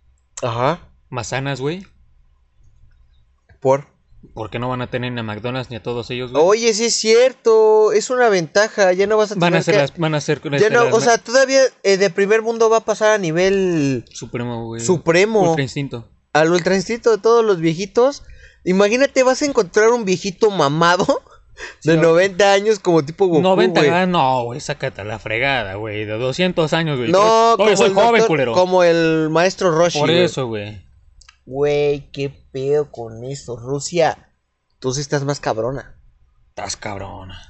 Speaker 2: Ajá.
Speaker 3: más sanas, güey.
Speaker 2: Por.
Speaker 3: Porque no van a tener ni a McDonald's ni a todos ellos, güey.
Speaker 2: Oye, sí es cierto. Es una ventaja. Ya no vas a tener
Speaker 3: Van a ser
Speaker 2: que-
Speaker 3: las, van a ser
Speaker 2: Ya
Speaker 3: este,
Speaker 2: no,
Speaker 3: las
Speaker 2: o
Speaker 3: ma-
Speaker 2: sea, todavía eh, de primer mundo va a pasar a nivel
Speaker 3: supremo, güey.
Speaker 2: supremo,
Speaker 3: Pues, Ultra instinto.
Speaker 2: al ultra instinto de todos los viejitos. Imagínate, vas a encontrar un viejito mamado de
Speaker 3: [LAUGHS] Sí,
Speaker 2: 90 años como tipo Goku,
Speaker 3: 90,
Speaker 2: güey.
Speaker 3: ah, no, güey, sácate a la fregada, güey. De 200 años, güey.
Speaker 2: No,
Speaker 3: Todavía soy
Speaker 2: el
Speaker 3: joven,
Speaker 2: doctor-
Speaker 3: culero.
Speaker 2: como el maestro Roshi.
Speaker 3: Por
Speaker 2: güey.
Speaker 3: eso, güey.
Speaker 2: Güey, qué pedo con eso, Rusia. Tú sí estás más cabrona.
Speaker 3: Estás cabrona.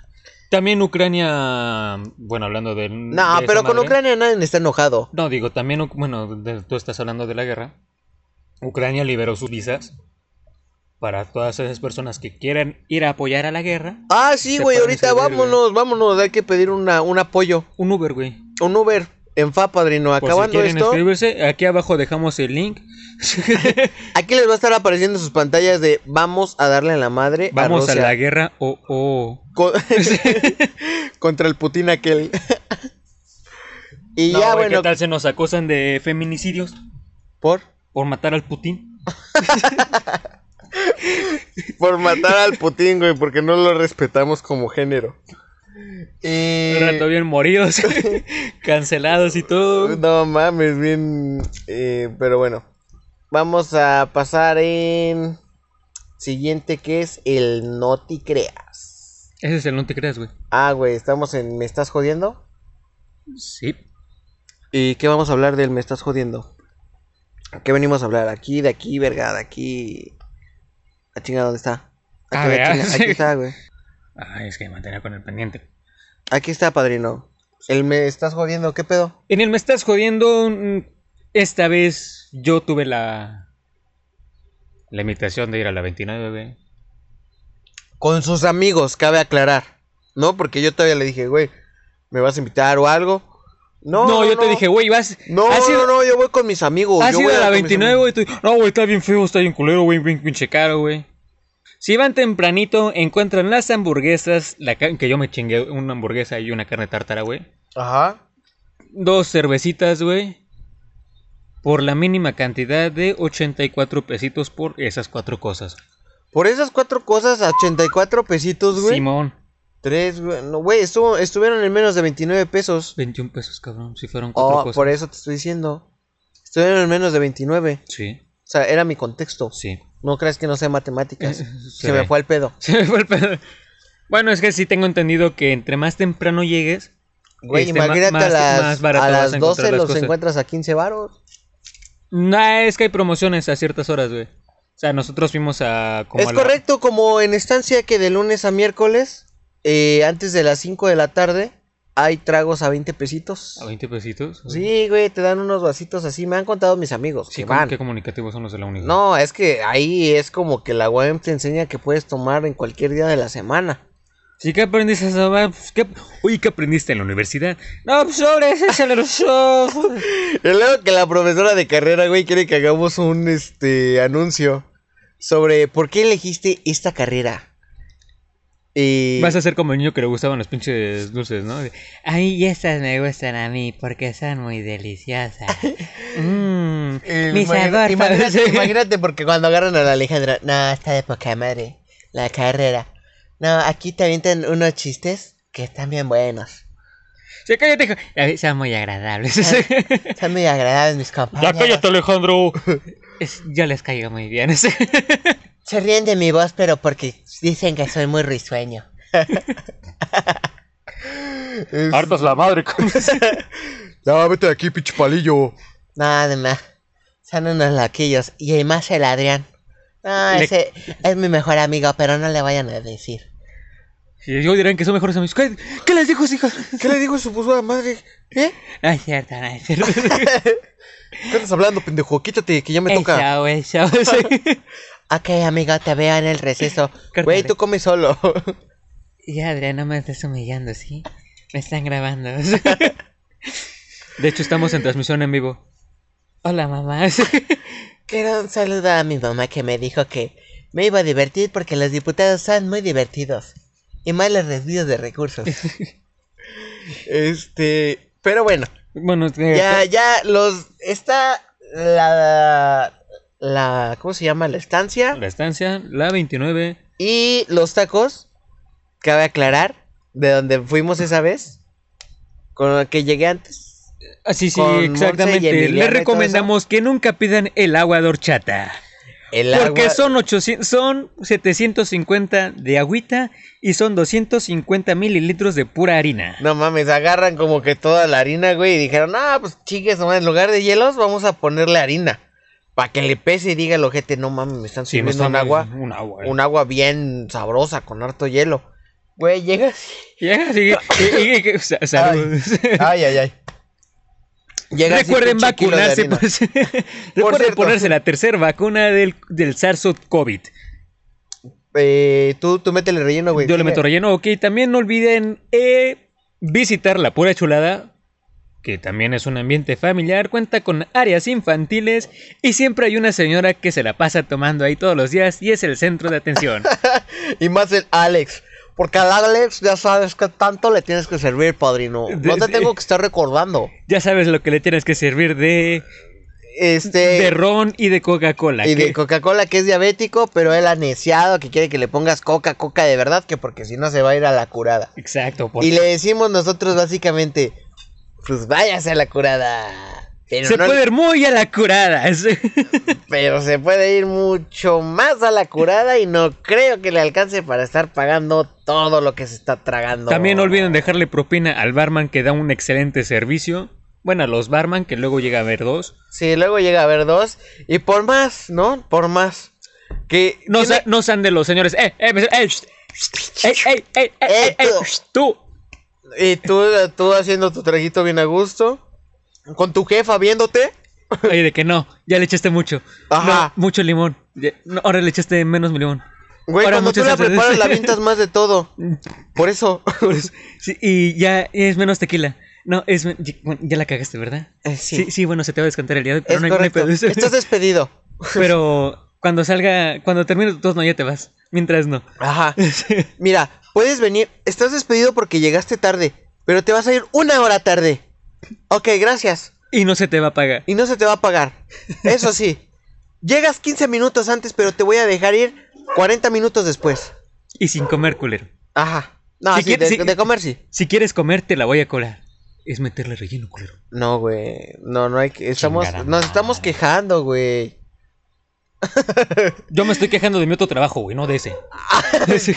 Speaker 3: También Ucrania, bueno, hablando de...
Speaker 2: No,
Speaker 3: de esa
Speaker 2: pero con
Speaker 3: madre.
Speaker 2: Ucrania nadie está enojado.
Speaker 3: No, digo, también, Uc- bueno, de- tú estás hablando de la guerra. Ucrania liberó sus visas para todas esas personas que quieran ir a apoyar a la guerra.
Speaker 2: Ah, sí,
Speaker 3: Se
Speaker 2: güey,
Speaker 3: pueden
Speaker 2: ahorita
Speaker 3: servir,
Speaker 2: vámonos, vámonos, hay que pedir una, un apoyo,
Speaker 3: Un Uber, güey.
Speaker 2: un Uber en fa, padrino.
Speaker 3: Por si
Speaker 2: Acabando
Speaker 3: quieren
Speaker 2: esto,
Speaker 3: inscribirse, aquí abajo dejamos el
Speaker 2: [LAUGHS]
Speaker 3: link.
Speaker 2: aquí les va a estar apareciendo en sus pantallas de vamos a darle en la madre
Speaker 3: Vamos a,
Speaker 2: Rusia".
Speaker 3: la guerra o o
Speaker 2: Co- [LAUGHS] contra el Putin aquel. y
Speaker 3: No,
Speaker 2: ya,
Speaker 3: güey,
Speaker 2: bueno,
Speaker 3: ¿qué tal se nos acusan de feminicidios
Speaker 2: por,
Speaker 3: por matar al Putin?
Speaker 2: por matar al Putin, güey, porque no lo respetamos como género. Y-
Speaker 3: Un rato bien moridos, [LAUGHS] cancelados y
Speaker 2: [LAUGHS]
Speaker 3: todo.
Speaker 2: No mames, bien. eh, pero bueno, vamos a pasar en. Siguiente que es el No te creas.
Speaker 3: Ese es el no te creas, güey.
Speaker 2: Ah, güey, estamos en ¿Me estás jodiendo?
Speaker 3: Sí.
Speaker 2: ¿Y qué vamos a hablar del me estás jodiendo? ¿Qué venimos a hablar? Aquí, de aquí, verga, de aquí. La chinga, ¿dónde está?
Speaker 3: Ah,
Speaker 2: Aquí, la
Speaker 3: ¿verdad?
Speaker 2: chinga, aquí está, güey.
Speaker 3: Ay, Ah, es que me mantenía con el pendiente.
Speaker 2: Aquí está, padrino. El me estás jodiendo, ¿qué pedo?
Speaker 3: En el me estás jodiendo, mm, esta vez yo tuve la la invitación de ir a la 29, güey.
Speaker 2: Con sus amigos, cabe aclarar. ¿No? Porque yo todavía le dije, güey, ¿me vas a invitar o algo? No,
Speaker 3: No, yo te dije, güey, vas
Speaker 2: No,
Speaker 3: has ido,
Speaker 2: no, no, yo voy con mis amigos.
Speaker 3: has
Speaker 2: yo
Speaker 3: ido
Speaker 2: voy
Speaker 3: a la
Speaker 2: con mis
Speaker 3: 29,
Speaker 2: amigos.
Speaker 3: güey, tú- no, güey, está bien feo, está bien culero, güey, bien pinche caro, güey. Si van tempranito, encuentran las hamburguesas, la ca- que yo me chingué una hamburguesa y una carne tártara, güey.
Speaker 2: Ajá.
Speaker 3: Dos cervecitas, güey. Por la mínima cantidad de 84 pesitos por esas cuatro cosas.
Speaker 2: Por esas cuatro cosas, a 84 pesitos, güey.
Speaker 3: Simón.
Speaker 2: Tres, güey. No, güey, estuvo- estuvieron en menos de 29 pesos.
Speaker 3: 21 pesos, cabrón, si fueron cuatro
Speaker 2: Oh,
Speaker 3: cosas.
Speaker 2: por e- eso te estoy diciendo. Estuvieron en menos de 29.
Speaker 3: Sí,
Speaker 2: O sea, era mi contexto.
Speaker 3: sí.
Speaker 2: No creas que no sé
Speaker 3: [LAUGHS]
Speaker 2: matemáticas.
Speaker 3: Eh,
Speaker 2: Se
Speaker 3: sí.
Speaker 2: me fue al pedo.
Speaker 3: [LAUGHS] Se me fue el pedo. Bueno, es que sí tengo entendido que entre más temprano llegues,
Speaker 2: Güey,
Speaker 3: este, ma-
Speaker 2: imagínate
Speaker 3: más-
Speaker 2: a las,
Speaker 3: más barato
Speaker 2: a
Speaker 3: vas a
Speaker 2: las 12
Speaker 3: encontrar las
Speaker 2: los
Speaker 3: cosas.
Speaker 2: encuentras a 15 varos.
Speaker 3: no es que hay promociones a ciertas horas, güey. O sea, nosotros fuimos a como
Speaker 2: Es
Speaker 3: a la-
Speaker 2: correcto, como en estancia que de lunes a miércoles, eh, antes de las 5 de la tarde, hay tragos a 20 pesitos.
Speaker 3: a 20 pesitos.
Speaker 2: Pues Sí, güey, te dan unos vasitos así. Me han contado mis amigos
Speaker 3: Sí,
Speaker 2: que
Speaker 3: ¿cómo-
Speaker 2: van.
Speaker 3: qué comunicativos son los de la unidad.
Speaker 2: No, es que ahí es como que la web te enseña que puedes tomar en cualquier día de la semana.
Speaker 3: Sí, ¿qué aprendiste? a saber? Pues, ¿qué- Uy, ¿qué aprendiste en la universidad? No, pues sobre ese se los ojos.
Speaker 2: Y luego que la profesora de carrera, güey, quiere que hagamos un este anuncio sobre por qué elegiste esta carrera. Y
Speaker 3: Vas a ser como el niño que le gustaban los pinches dulces, ¿no? De, Ay, estas me gustan a mí porque son muy
Speaker 2: [LAUGHS]
Speaker 3: deliciosas. Mmm,
Speaker 2: Eh,
Speaker 3: mi
Speaker 2: imagina-
Speaker 3: sabor
Speaker 2: imagínate,
Speaker 3: favorito.
Speaker 2: [LAUGHS] imagínate, porque cuando agarran a la Alejandra, no, está de poca madre, la carrera. No, aquí te avientan unos chistes que están bien buenos.
Speaker 3: Se cállate, hijo. Eh, Son muy agradables.
Speaker 2: Están muy agradables mis
Speaker 3: Ah,
Speaker 2: compañeros.
Speaker 3: Alejandro. [LAUGHS] Es- yo les caigo muy bien. [LAUGHS]
Speaker 2: Se ríen de mi voz, pero porque dicen que soy muy risueño.
Speaker 3: Hartas la madre.
Speaker 2: No, vete de aquí, pinche palillo. Nada más. Son unos loquillos. Y el más el Adrián. No,
Speaker 3: Le-
Speaker 2: ese es mi mejor amigo, pero no le vayan a decir.
Speaker 3: y yo dirán que son mejores amigos. ¿Qué, qué les dijo, hija?
Speaker 2: ¿Qué le digo su puta madre? ¿Eh?
Speaker 3: No es cierto, no es cierto.
Speaker 2: ¿Qué estás hablando, pendejo? Quítate, que ya [LAUGHS] me
Speaker 3: Es
Speaker 2: toca.
Speaker 3: show, es show.
Speaker 2: [LAUGHS]
Speaker 3: [LAUGHS]
Speaker 2: Ok, amigo, te veo en el receso.
Speaker 3: Córtale.
Speaker 2: Güey, tú comes solo.
Speaker 3: Y Adrián, no me estás humillando, ¿sí? Me están grabando. [LAUGHS] De hecho, estamos en transmisión en vivo. Hola, mamá.
Speaker 2: Quiero un saludo a mi mamá que me dijo que me iba a divertir porque los diputados son muy divertidos. Y más los desvíos de recursos. [LAUGHS] este. Pero bueno,
Speaker 3: Bueno, eh,
Speaker 2: ya, ya, los. Está la. La. ¿Cómo se llama? La estancia.
Speaker 3: la estancia, la 29.
Speaker 2: Y los tacos, cabe aclarar, de donde fuimos esa vez, con el que llegué antes.
Speaker 3: Ah, sí, sí,
Speaker 2: Con Monse y
Speaker 3: exactamente.
Speaker 2: Emiliano y
Speaker 3: Les
Speaker 2: todo
Speaker 3: recomendamos que nunca pidan el agua de horchata.
Speaker 2: El
Speaker 3: porque
Speaker 2: agua-
Speaker 3: son 800, son 750 de agüita y son 250 mililitros de pura harina.
Speaker 2: No mames, agarran como que toda la harina, güey, y dijeron, ah, pues chiques, nomás, en lugar de hielos vamos a ponerle harina. Para que le pese y diga el ojete, no mames, me están
Speaker 3: Sí, no
Speaker 2: sirviendo
Speaker 3: está
Speaker 2: un
Speaker 3: mal,
Speaker 2: agua,
Speaker 3: Un agua.
Speaker 2: un agua bien sabrosa, con harto hielo. Güey, llegas.
Speaker 3: Llegas y, ah, y- y- y- sa- saludos. [LAUGHS]
Speaker 2: Ay, ay, ay. Llegas y
Speaker 3: Recuerden
Speaker 2: pinche kilo de
Speaker 3: vacunarse. Por,
Speaker 2: harina.
Speaker 3: [LAUGHS] recuerden
Speaker 2: cierto.
Speaker 3: ponerse la tercera vacuna del, del SARS-COVID.
Speaker 2: Eh, tú, tú métele relleno, güey.
Speaker 3: Yo le
Speaker 2: Dime.
Speaker 3: meto relleno. Ok, también no olviden eh, visitar La Pura Chulada, que también es un ambiente familiar, cuenta con áreas infantiles y siempre hay una señora que se la pasa tomando ahí todos los días y es el centro de
Speaker 2: [LAUGHS]
Speaker 3: atención.
Speaker 2: Y más el Alex. Porque al Alex ya sabes que tanto le tienes que servir, padrino. No te
Speaker 3: Desde-
Speaker 2: tengo que estar recordando.
Speaker 3: ya sabes lo que le tienes que servir de,
Speaker 2: Este.
Speaker 3: de ron y de Coca-Cola.
Speaker 2: y de
Speaker 3: que-
Speaker 2: Coca-Cola que es diabético, pero él anesiado que quiere que le pongas coca, coca de verdad, que porque si no se va a ir a la curada.
Speaker 3: Exacto. por-
Speaker 2: Y le decimos nosotros básicamente, pues váyase a la curada. Pero,
Speaker 3: se
Speaker 2: no-
Speaker 3: puede ir muy a la curada. [LAUGHS]
Speaker 2: pero se puede ir mucho más a la curada y no creo que le alcance para estar pagando todo lo que se está tragando.
Speaker 3: También no olviden dejarle propina al barman que da un excelente servicio. Bueno, a los barman que luego llega a ver dos.
Speaker 2: Sí, luego llega a haber dos. Y por más, ¿no? Por más. Que
Speaker 3: No,
Speaker 2: tiene-
Speaker 3: sa- no sean de los señores. ¡Eh, eh, eh, eh! shh, ¡Ey, ey, ey, ey,
Speaker 2: Eh,
Speaker 3: ey, ey,
Speaker 2: tú.
Speaker 3: shh, tú!
Speaker 2: Y tú, tú haciendo tu traguito bien a gusto. Con tu jefa viéndote.
Speaker 3: Oye, de que no, ya le echaste mucho.
Speaker 2: Ajá.
Speaker 3: No, mucho limón. Ya- no, ahora le echaste menos mi limón.
Speaker 2: Güey,
Speaker 3: Ahora
Speaker 2: cuando tú
Speaker 3: muchas
Speaker 2: la
Speaker 3: veces- [LAUGHS]
Speaker 2: preparas la avientas más de todo. Por eso. [LAUGHS]
Speaker 3: Por eso. Sí, y ya es menos tequila. No, es. men- Ya, bueno, ya la cagaste, ¿verdad?
Speaker 2: Eh,
Speaker 3: Sí.
Speaker 2: sí.
Speaker 3: sí, bueno, se te va a descontar el día de hoy, pero
Speaker 2: es
Speaker 3: no hay- no hay
Speaker 2: correcto.
Speaker 3: pedo.
Speaker 2: Estás despedido.
Speaker 3: [LAUGHS] Pero cuando salga, cuando termine tu tos, no, ya te vas. Mientras no. [LAUGHS]
Speaker 2: Ajá. Mira, puedes venir. Estás despedido porque llegaste tarde. Pero te vas a ir una hora tarde. Ok, gracias.
Speaker 3: y no se te va a pagar.
Speaker 2: Y no se te va a pagar. Eso sí. Llegas 15 minutos antes, pero te voy a dejar ir 40 minutos después.
Speaker 3: Y sin comer, culero.
Speaker 2: Ajá. No,
Speaker 3: Si
Speaker 2: sí,
Speaker 3: quieres-
Speaker 2: de-
Speaker 3: si-
Speaker 2: de comer sí.
Speaker 3: Si quieres comer, te la voy a colar. Es meterle relleno, culero.
Speaker 2: No, güey. No, no hay que. Estamos,
Speaker 3: Chingada
Speaker 2: nos estamos
Speaker 3: madre.
Speaker 2: quejando, güey.
Speaker 3: Yo me estoy quejando de mi otro trabajo, güey, no de
Speaker 2: [LAUGHS]
Speaker 3: ese.
Speaker 2: Sí.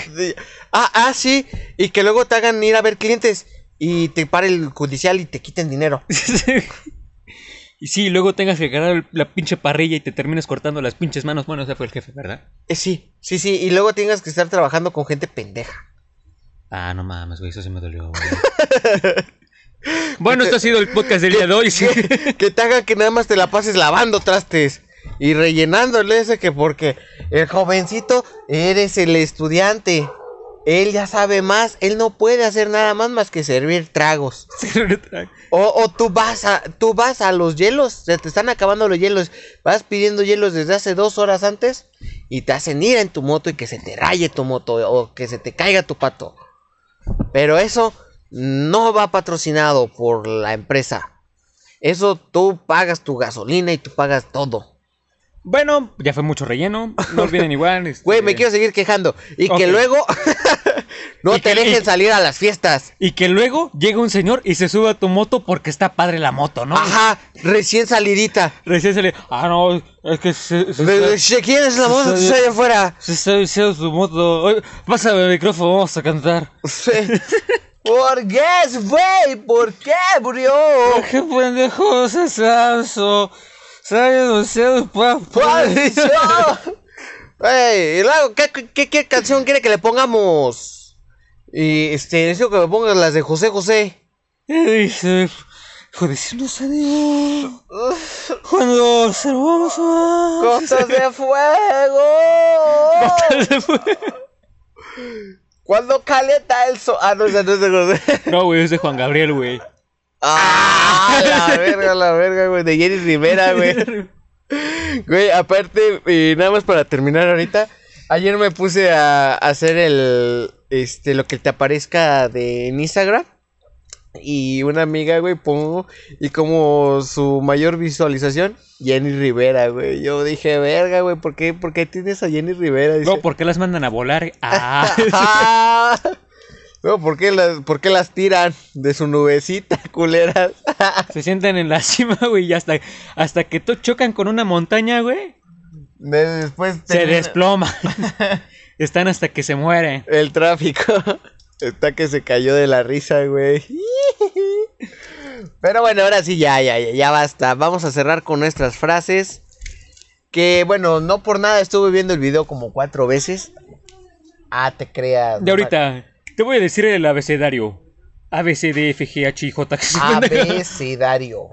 Speaker 2: Ah, ah, sí. Y que luego te hagan ir a ver clientes y te pare el judicial y te quiten dinero.
Speaker 3: y sí, luego tengas que agarrar el- la pinche parrilla y te termines cortando las pinches manos. Bueno, ese fue el jefe, ¿verdad?
Speaker 2: Eh, sí, sí, sí. Y luego tengas que estar trabajando con gente pendeja.
Speaker 3: Ah, no mames, güey, eso sí me dolió,
Speaker 2: [LAUGHS]
Speaker 3: güey. bueno, esto ha sido el podcast del día de hoy. sí.
Speaker 2: Que te hagan que nada más te la pases lavando trastes y rellenándole ese que porque el jovencito eres el estudiante. Él ya sabe más, él no puede hacer nada más más que servir tragos. O, o tú vas a tú vas a los hielos, se te están acabando los hielos, vas pidiendo hielos desde hace dos horas antes y te hacen ir en tu moto y que se te raye tu moto o que se te caiga tu pato. Pero eso no va patrocinado por la empresa. Eso tú pagas tu gasolina y tú pagas todo.
Speaker 3: bueno, ya fue mucho relleno. No olviden igual. este,
Speaker 2: [LAUGHS] Güey, me quiero seguir quejando. Y
Speaker 3: Ok.
Speaker 2: que luego [LAUGHS] no
Speaker 3: Y
Speaker 2: te
Speaker 3: que- y-
Speaker 2: dejen salir a las fiestas.
Speaker 3: Y que luego llega un señor y se sube a tu moto porque está padre la moto, ¿no?
Speaker 2: Ajá, recién salidita.
Speaker 3: Recién se le. Ah, no, es que. Se, se-
Speaker 2: De-
Speaker 3: se-
Speaker 2: de- ¿Quién es la moto?
Speaker 3: Sí.
Speaker 2: allá afuera.
Speaker 3: se está viciando su moto. Oye, pásame el micrófono, vamos a cantar.
Speaker 2: Sí. ¿Por qué, güey? ¿Por qué, bro?
Speaker 3: ¡Qué pendejo ese salso! ¡Sale anunciado [LAUGHS]
Speaker 2: ¡Padre, yo! Ey, y luego, ¿qué, qué- qué, qué canción quiere que le pongamos? Y este, necesito que me pongas las de José José.
Speaker 3: dice? Fue decirnos adiós. Cuando observamos a.
Speaker 2: ¡Cosas de fuego! Cuando caleta el sol. Ah, no, esa no es de José.
Speaker 3: No, güey, es de Juan Gabriel, güey.
Speaker 2: ¡Ah! [LAUGHS] La verga, la verga, güey. De Jenny Rivera, güey. Güey, aparte, eh, nada más para terminar ahorita, ayer me puse a, a hacer el, este, lo que te aparezca de en Instagram. Y una amiga, güey, pongo, y como su mayor visualización, Jenny Rivera, güey. Yo dije, verga, güey, ¿por qué, por qué tienes a Jenny Rivera? Dice,
Speaker 3: No,
Speaker 2: [LAUGHS]
Speaker 3: ¿por qué las mandan a volar? ¡Ah!
Speaker 2: "Ah". No, ¿por qué las, por qué las tiran de su nubecita, [LAUGHS] culeras?
Speaker 3: Se sientan en la cima, güey, y hasta, hasta que to- chocan con una montaña, güey,
Speaker 2: De- Después
Speaker 3: se
Speaker 2: termina- [LAUGHS]
Speaker 3: desploman. Están hasta que se mueren.
Speaker 2: El tráfico. [LAUGHS] Está que se cayó de la risa, güey. Pero bueno, ahora sí, ya, ya, ya, ya basta. Vamos a cerrar con nuestras frases. Que bueno, no por nada estuve viendo el video como cuatro veces. Ah, te creas.
Speaker 3: De ahorita, Te voy a decir el abecedario. A, B, C, D, F, G, H, I, J.
Speaker 2: [LAUGHS] Abecedario.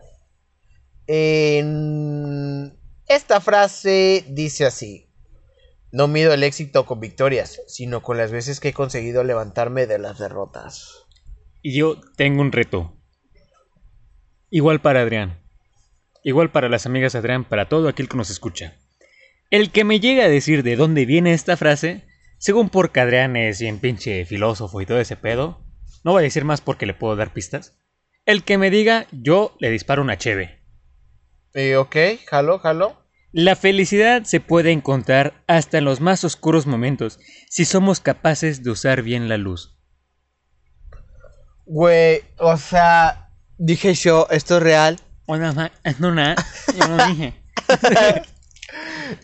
Speaker 2: En- Esta frase dice así. No mido el éxito con victorias, sino con las veces que he conseguido levantarme de las derrotas.
Speaker 3: Y yo tengo un reto. Igual para Adrián. Igual para las amigas de Adrián, para todo aquel que nos escucha. El que me llega a decir de dónde viene esta frase, según porque Adrián es bien pinche filósofo y todo ese pedo, no voy a decir más porque le puedo dar pistas. El que me diga, yo le disparo una cheve.
Speaker 2: Eh, ok, jalo, jalo.
Speaker 3: La felicidad se puede encontrar hasta en los más oscuros momentos si somos capaces de usar bien la luz.
Speaker 2: Güey, o sea, dije yo, esto es real.
Speaker 3: Una ma- no, na- yo no dije.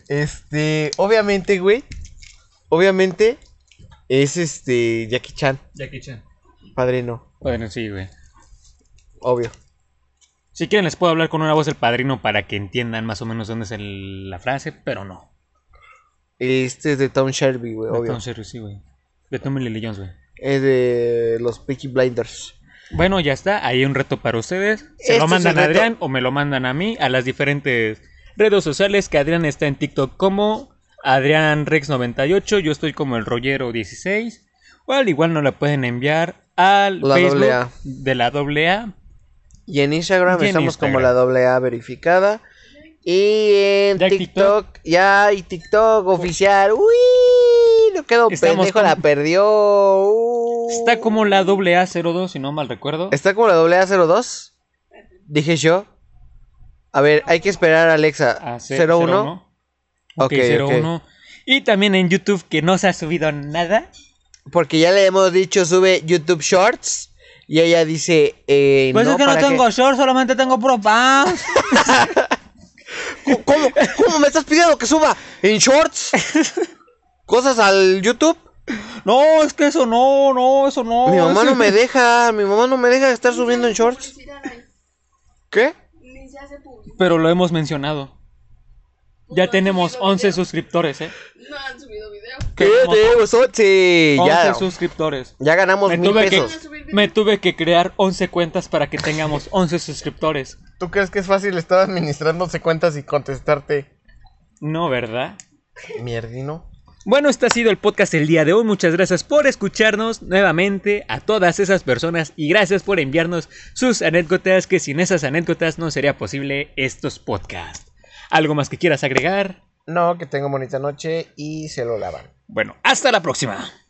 Speaker 2: Este, obviamente, güey. Obviamente es este Jackie Chan,
Speaker 3: Jackie Chan.
Speaker 2: padrino,
Speaker 3: Bueno, sí, güey.
Speaker 2: obvio.
Speaker 3: Si quieren les puedo hablar con una voz del padrino para que entiendan más o menos dónde es el- la frase, pero no.
Speaker 2: Este es de Tom Shelby, güey, obvio.
Speaker 3: Entonces, sí, güey. De Tommy Lee Jones, güey.
Speaker 2: Es de los Peaky Blinders.
Speaker 3: Bueno, ya está. Hay un reto para ustedes. Se
Speaker 2: Este
Speaker 3: lo
Speaker 2: es
Speaker 3: mandan
Speaker 2: el
Speaker 3: a
Speaker 2: reto.
Speaker 3: Adrián o me lo mandan a mí a las diferentes redes sociales que Adrián está en TikTok como Adrián Rex 98. Yo estoy como el Rollero 16. O al igual no la pueden enviar al
Speaker 2: La
Speaker 3: Facebook
Speaker 2: doble A.
Speaker 3: de la AA.
Speaker 2: Y en Instagram
Speaker 3: Y en
Speaker 2: estamos como la
Speaker 3: Instagram.
Speaker 2: doble A verificada. Y en
Speaker 3: Ya
Speaker 2: TikTok, ya hay TikTok oficial. Uy, no quedó
Speaker 3: Estamos
Speaker 2: pendejo,
Speaker 3: como-
Speaker 2: la perdió. Uh.
Speaker 3: Está como la AA02, si no mal recuerdo.
Speaker 2: Está como la doble A02. Dije yo. A ver, hay que esperar a Alexa.
Speaker 3: Ah, sí,
Speaker 2: 01.
Speaker 3: 01. Ok,
Speaker 2: Ok, ok.
Speaker 3: 01. Y también en YouTube que no se ha subido nada.
Speaker 2: Porque ya le hemos dicho sube YouTube Shorts. Y ella dice. Eh,
Speaker 3: Pues es que no
Speaker 2: ¿para qué?
Speaker 3: tengo short, solamente tengo puro pan.
Speaker 2: ¿Cómo, cómo, cómo me estás pidiendo que suba en
Speaker 3: [LAUGHS]
Speaker 2: Shorts? ¿Cosas al YouTube?
Speaker 3: No, es que eso no, no, eso no.
Speaker 2: Mi mamá
Speaker 3: eso-
Speaker 2: no me deja, mi mamá no me deja estar subiendo en shorts.
Speaker 4: Publicidad, ay,
Speaker 2: ¿Qué?
Speaker 4: Ni se hace publicidad.
Speaker 3: Pero lo hemos mencionado. Ya
Speaker 4: No han
Speaker 3: tenemos
Speaker 4: subido
Speaker 3: 11
Speaker 4: video.
Speaker 3: suscriptores, ¿eh?
Speaker 4: No han subido video.
Speaker 2: ¿Qué
Speaker 3: Tenemos
Speaker 2: tenemos?
Speaker 3: 11
Speaker 2: Sí, ya,
Speaker 3: suscriptores.
Speaker 2: ya ganamos
Speaker 3: Oh, Me
Speaker 2: mil
Speaker 3: tuve, que,
Speaker 2: pesos.
Speaker 3: me tuve que crear 11 cuentas para que tengamos 11 suscriptores.
Speaker 2: ¿Tú crees que es fácil estar administrándose cuentas y contestarte?
Speaker 3: No, ¿verdad?
Speaker 2: Mierdino.
Speaker 3: Bueno, este ha sido el podcast el día de hoy. Muchas gracias por escucharnos nuevamente a todas esas personas y gracias por enviarnos sus anécdotas, que sin esas anécdotas no sería posible estos podcasts. ¿Algo más que quieras agregar?
Speaker 2: No, que tengo bonita noche y se lo lavan.
Speaker 3: Bueno, hasta la próxima.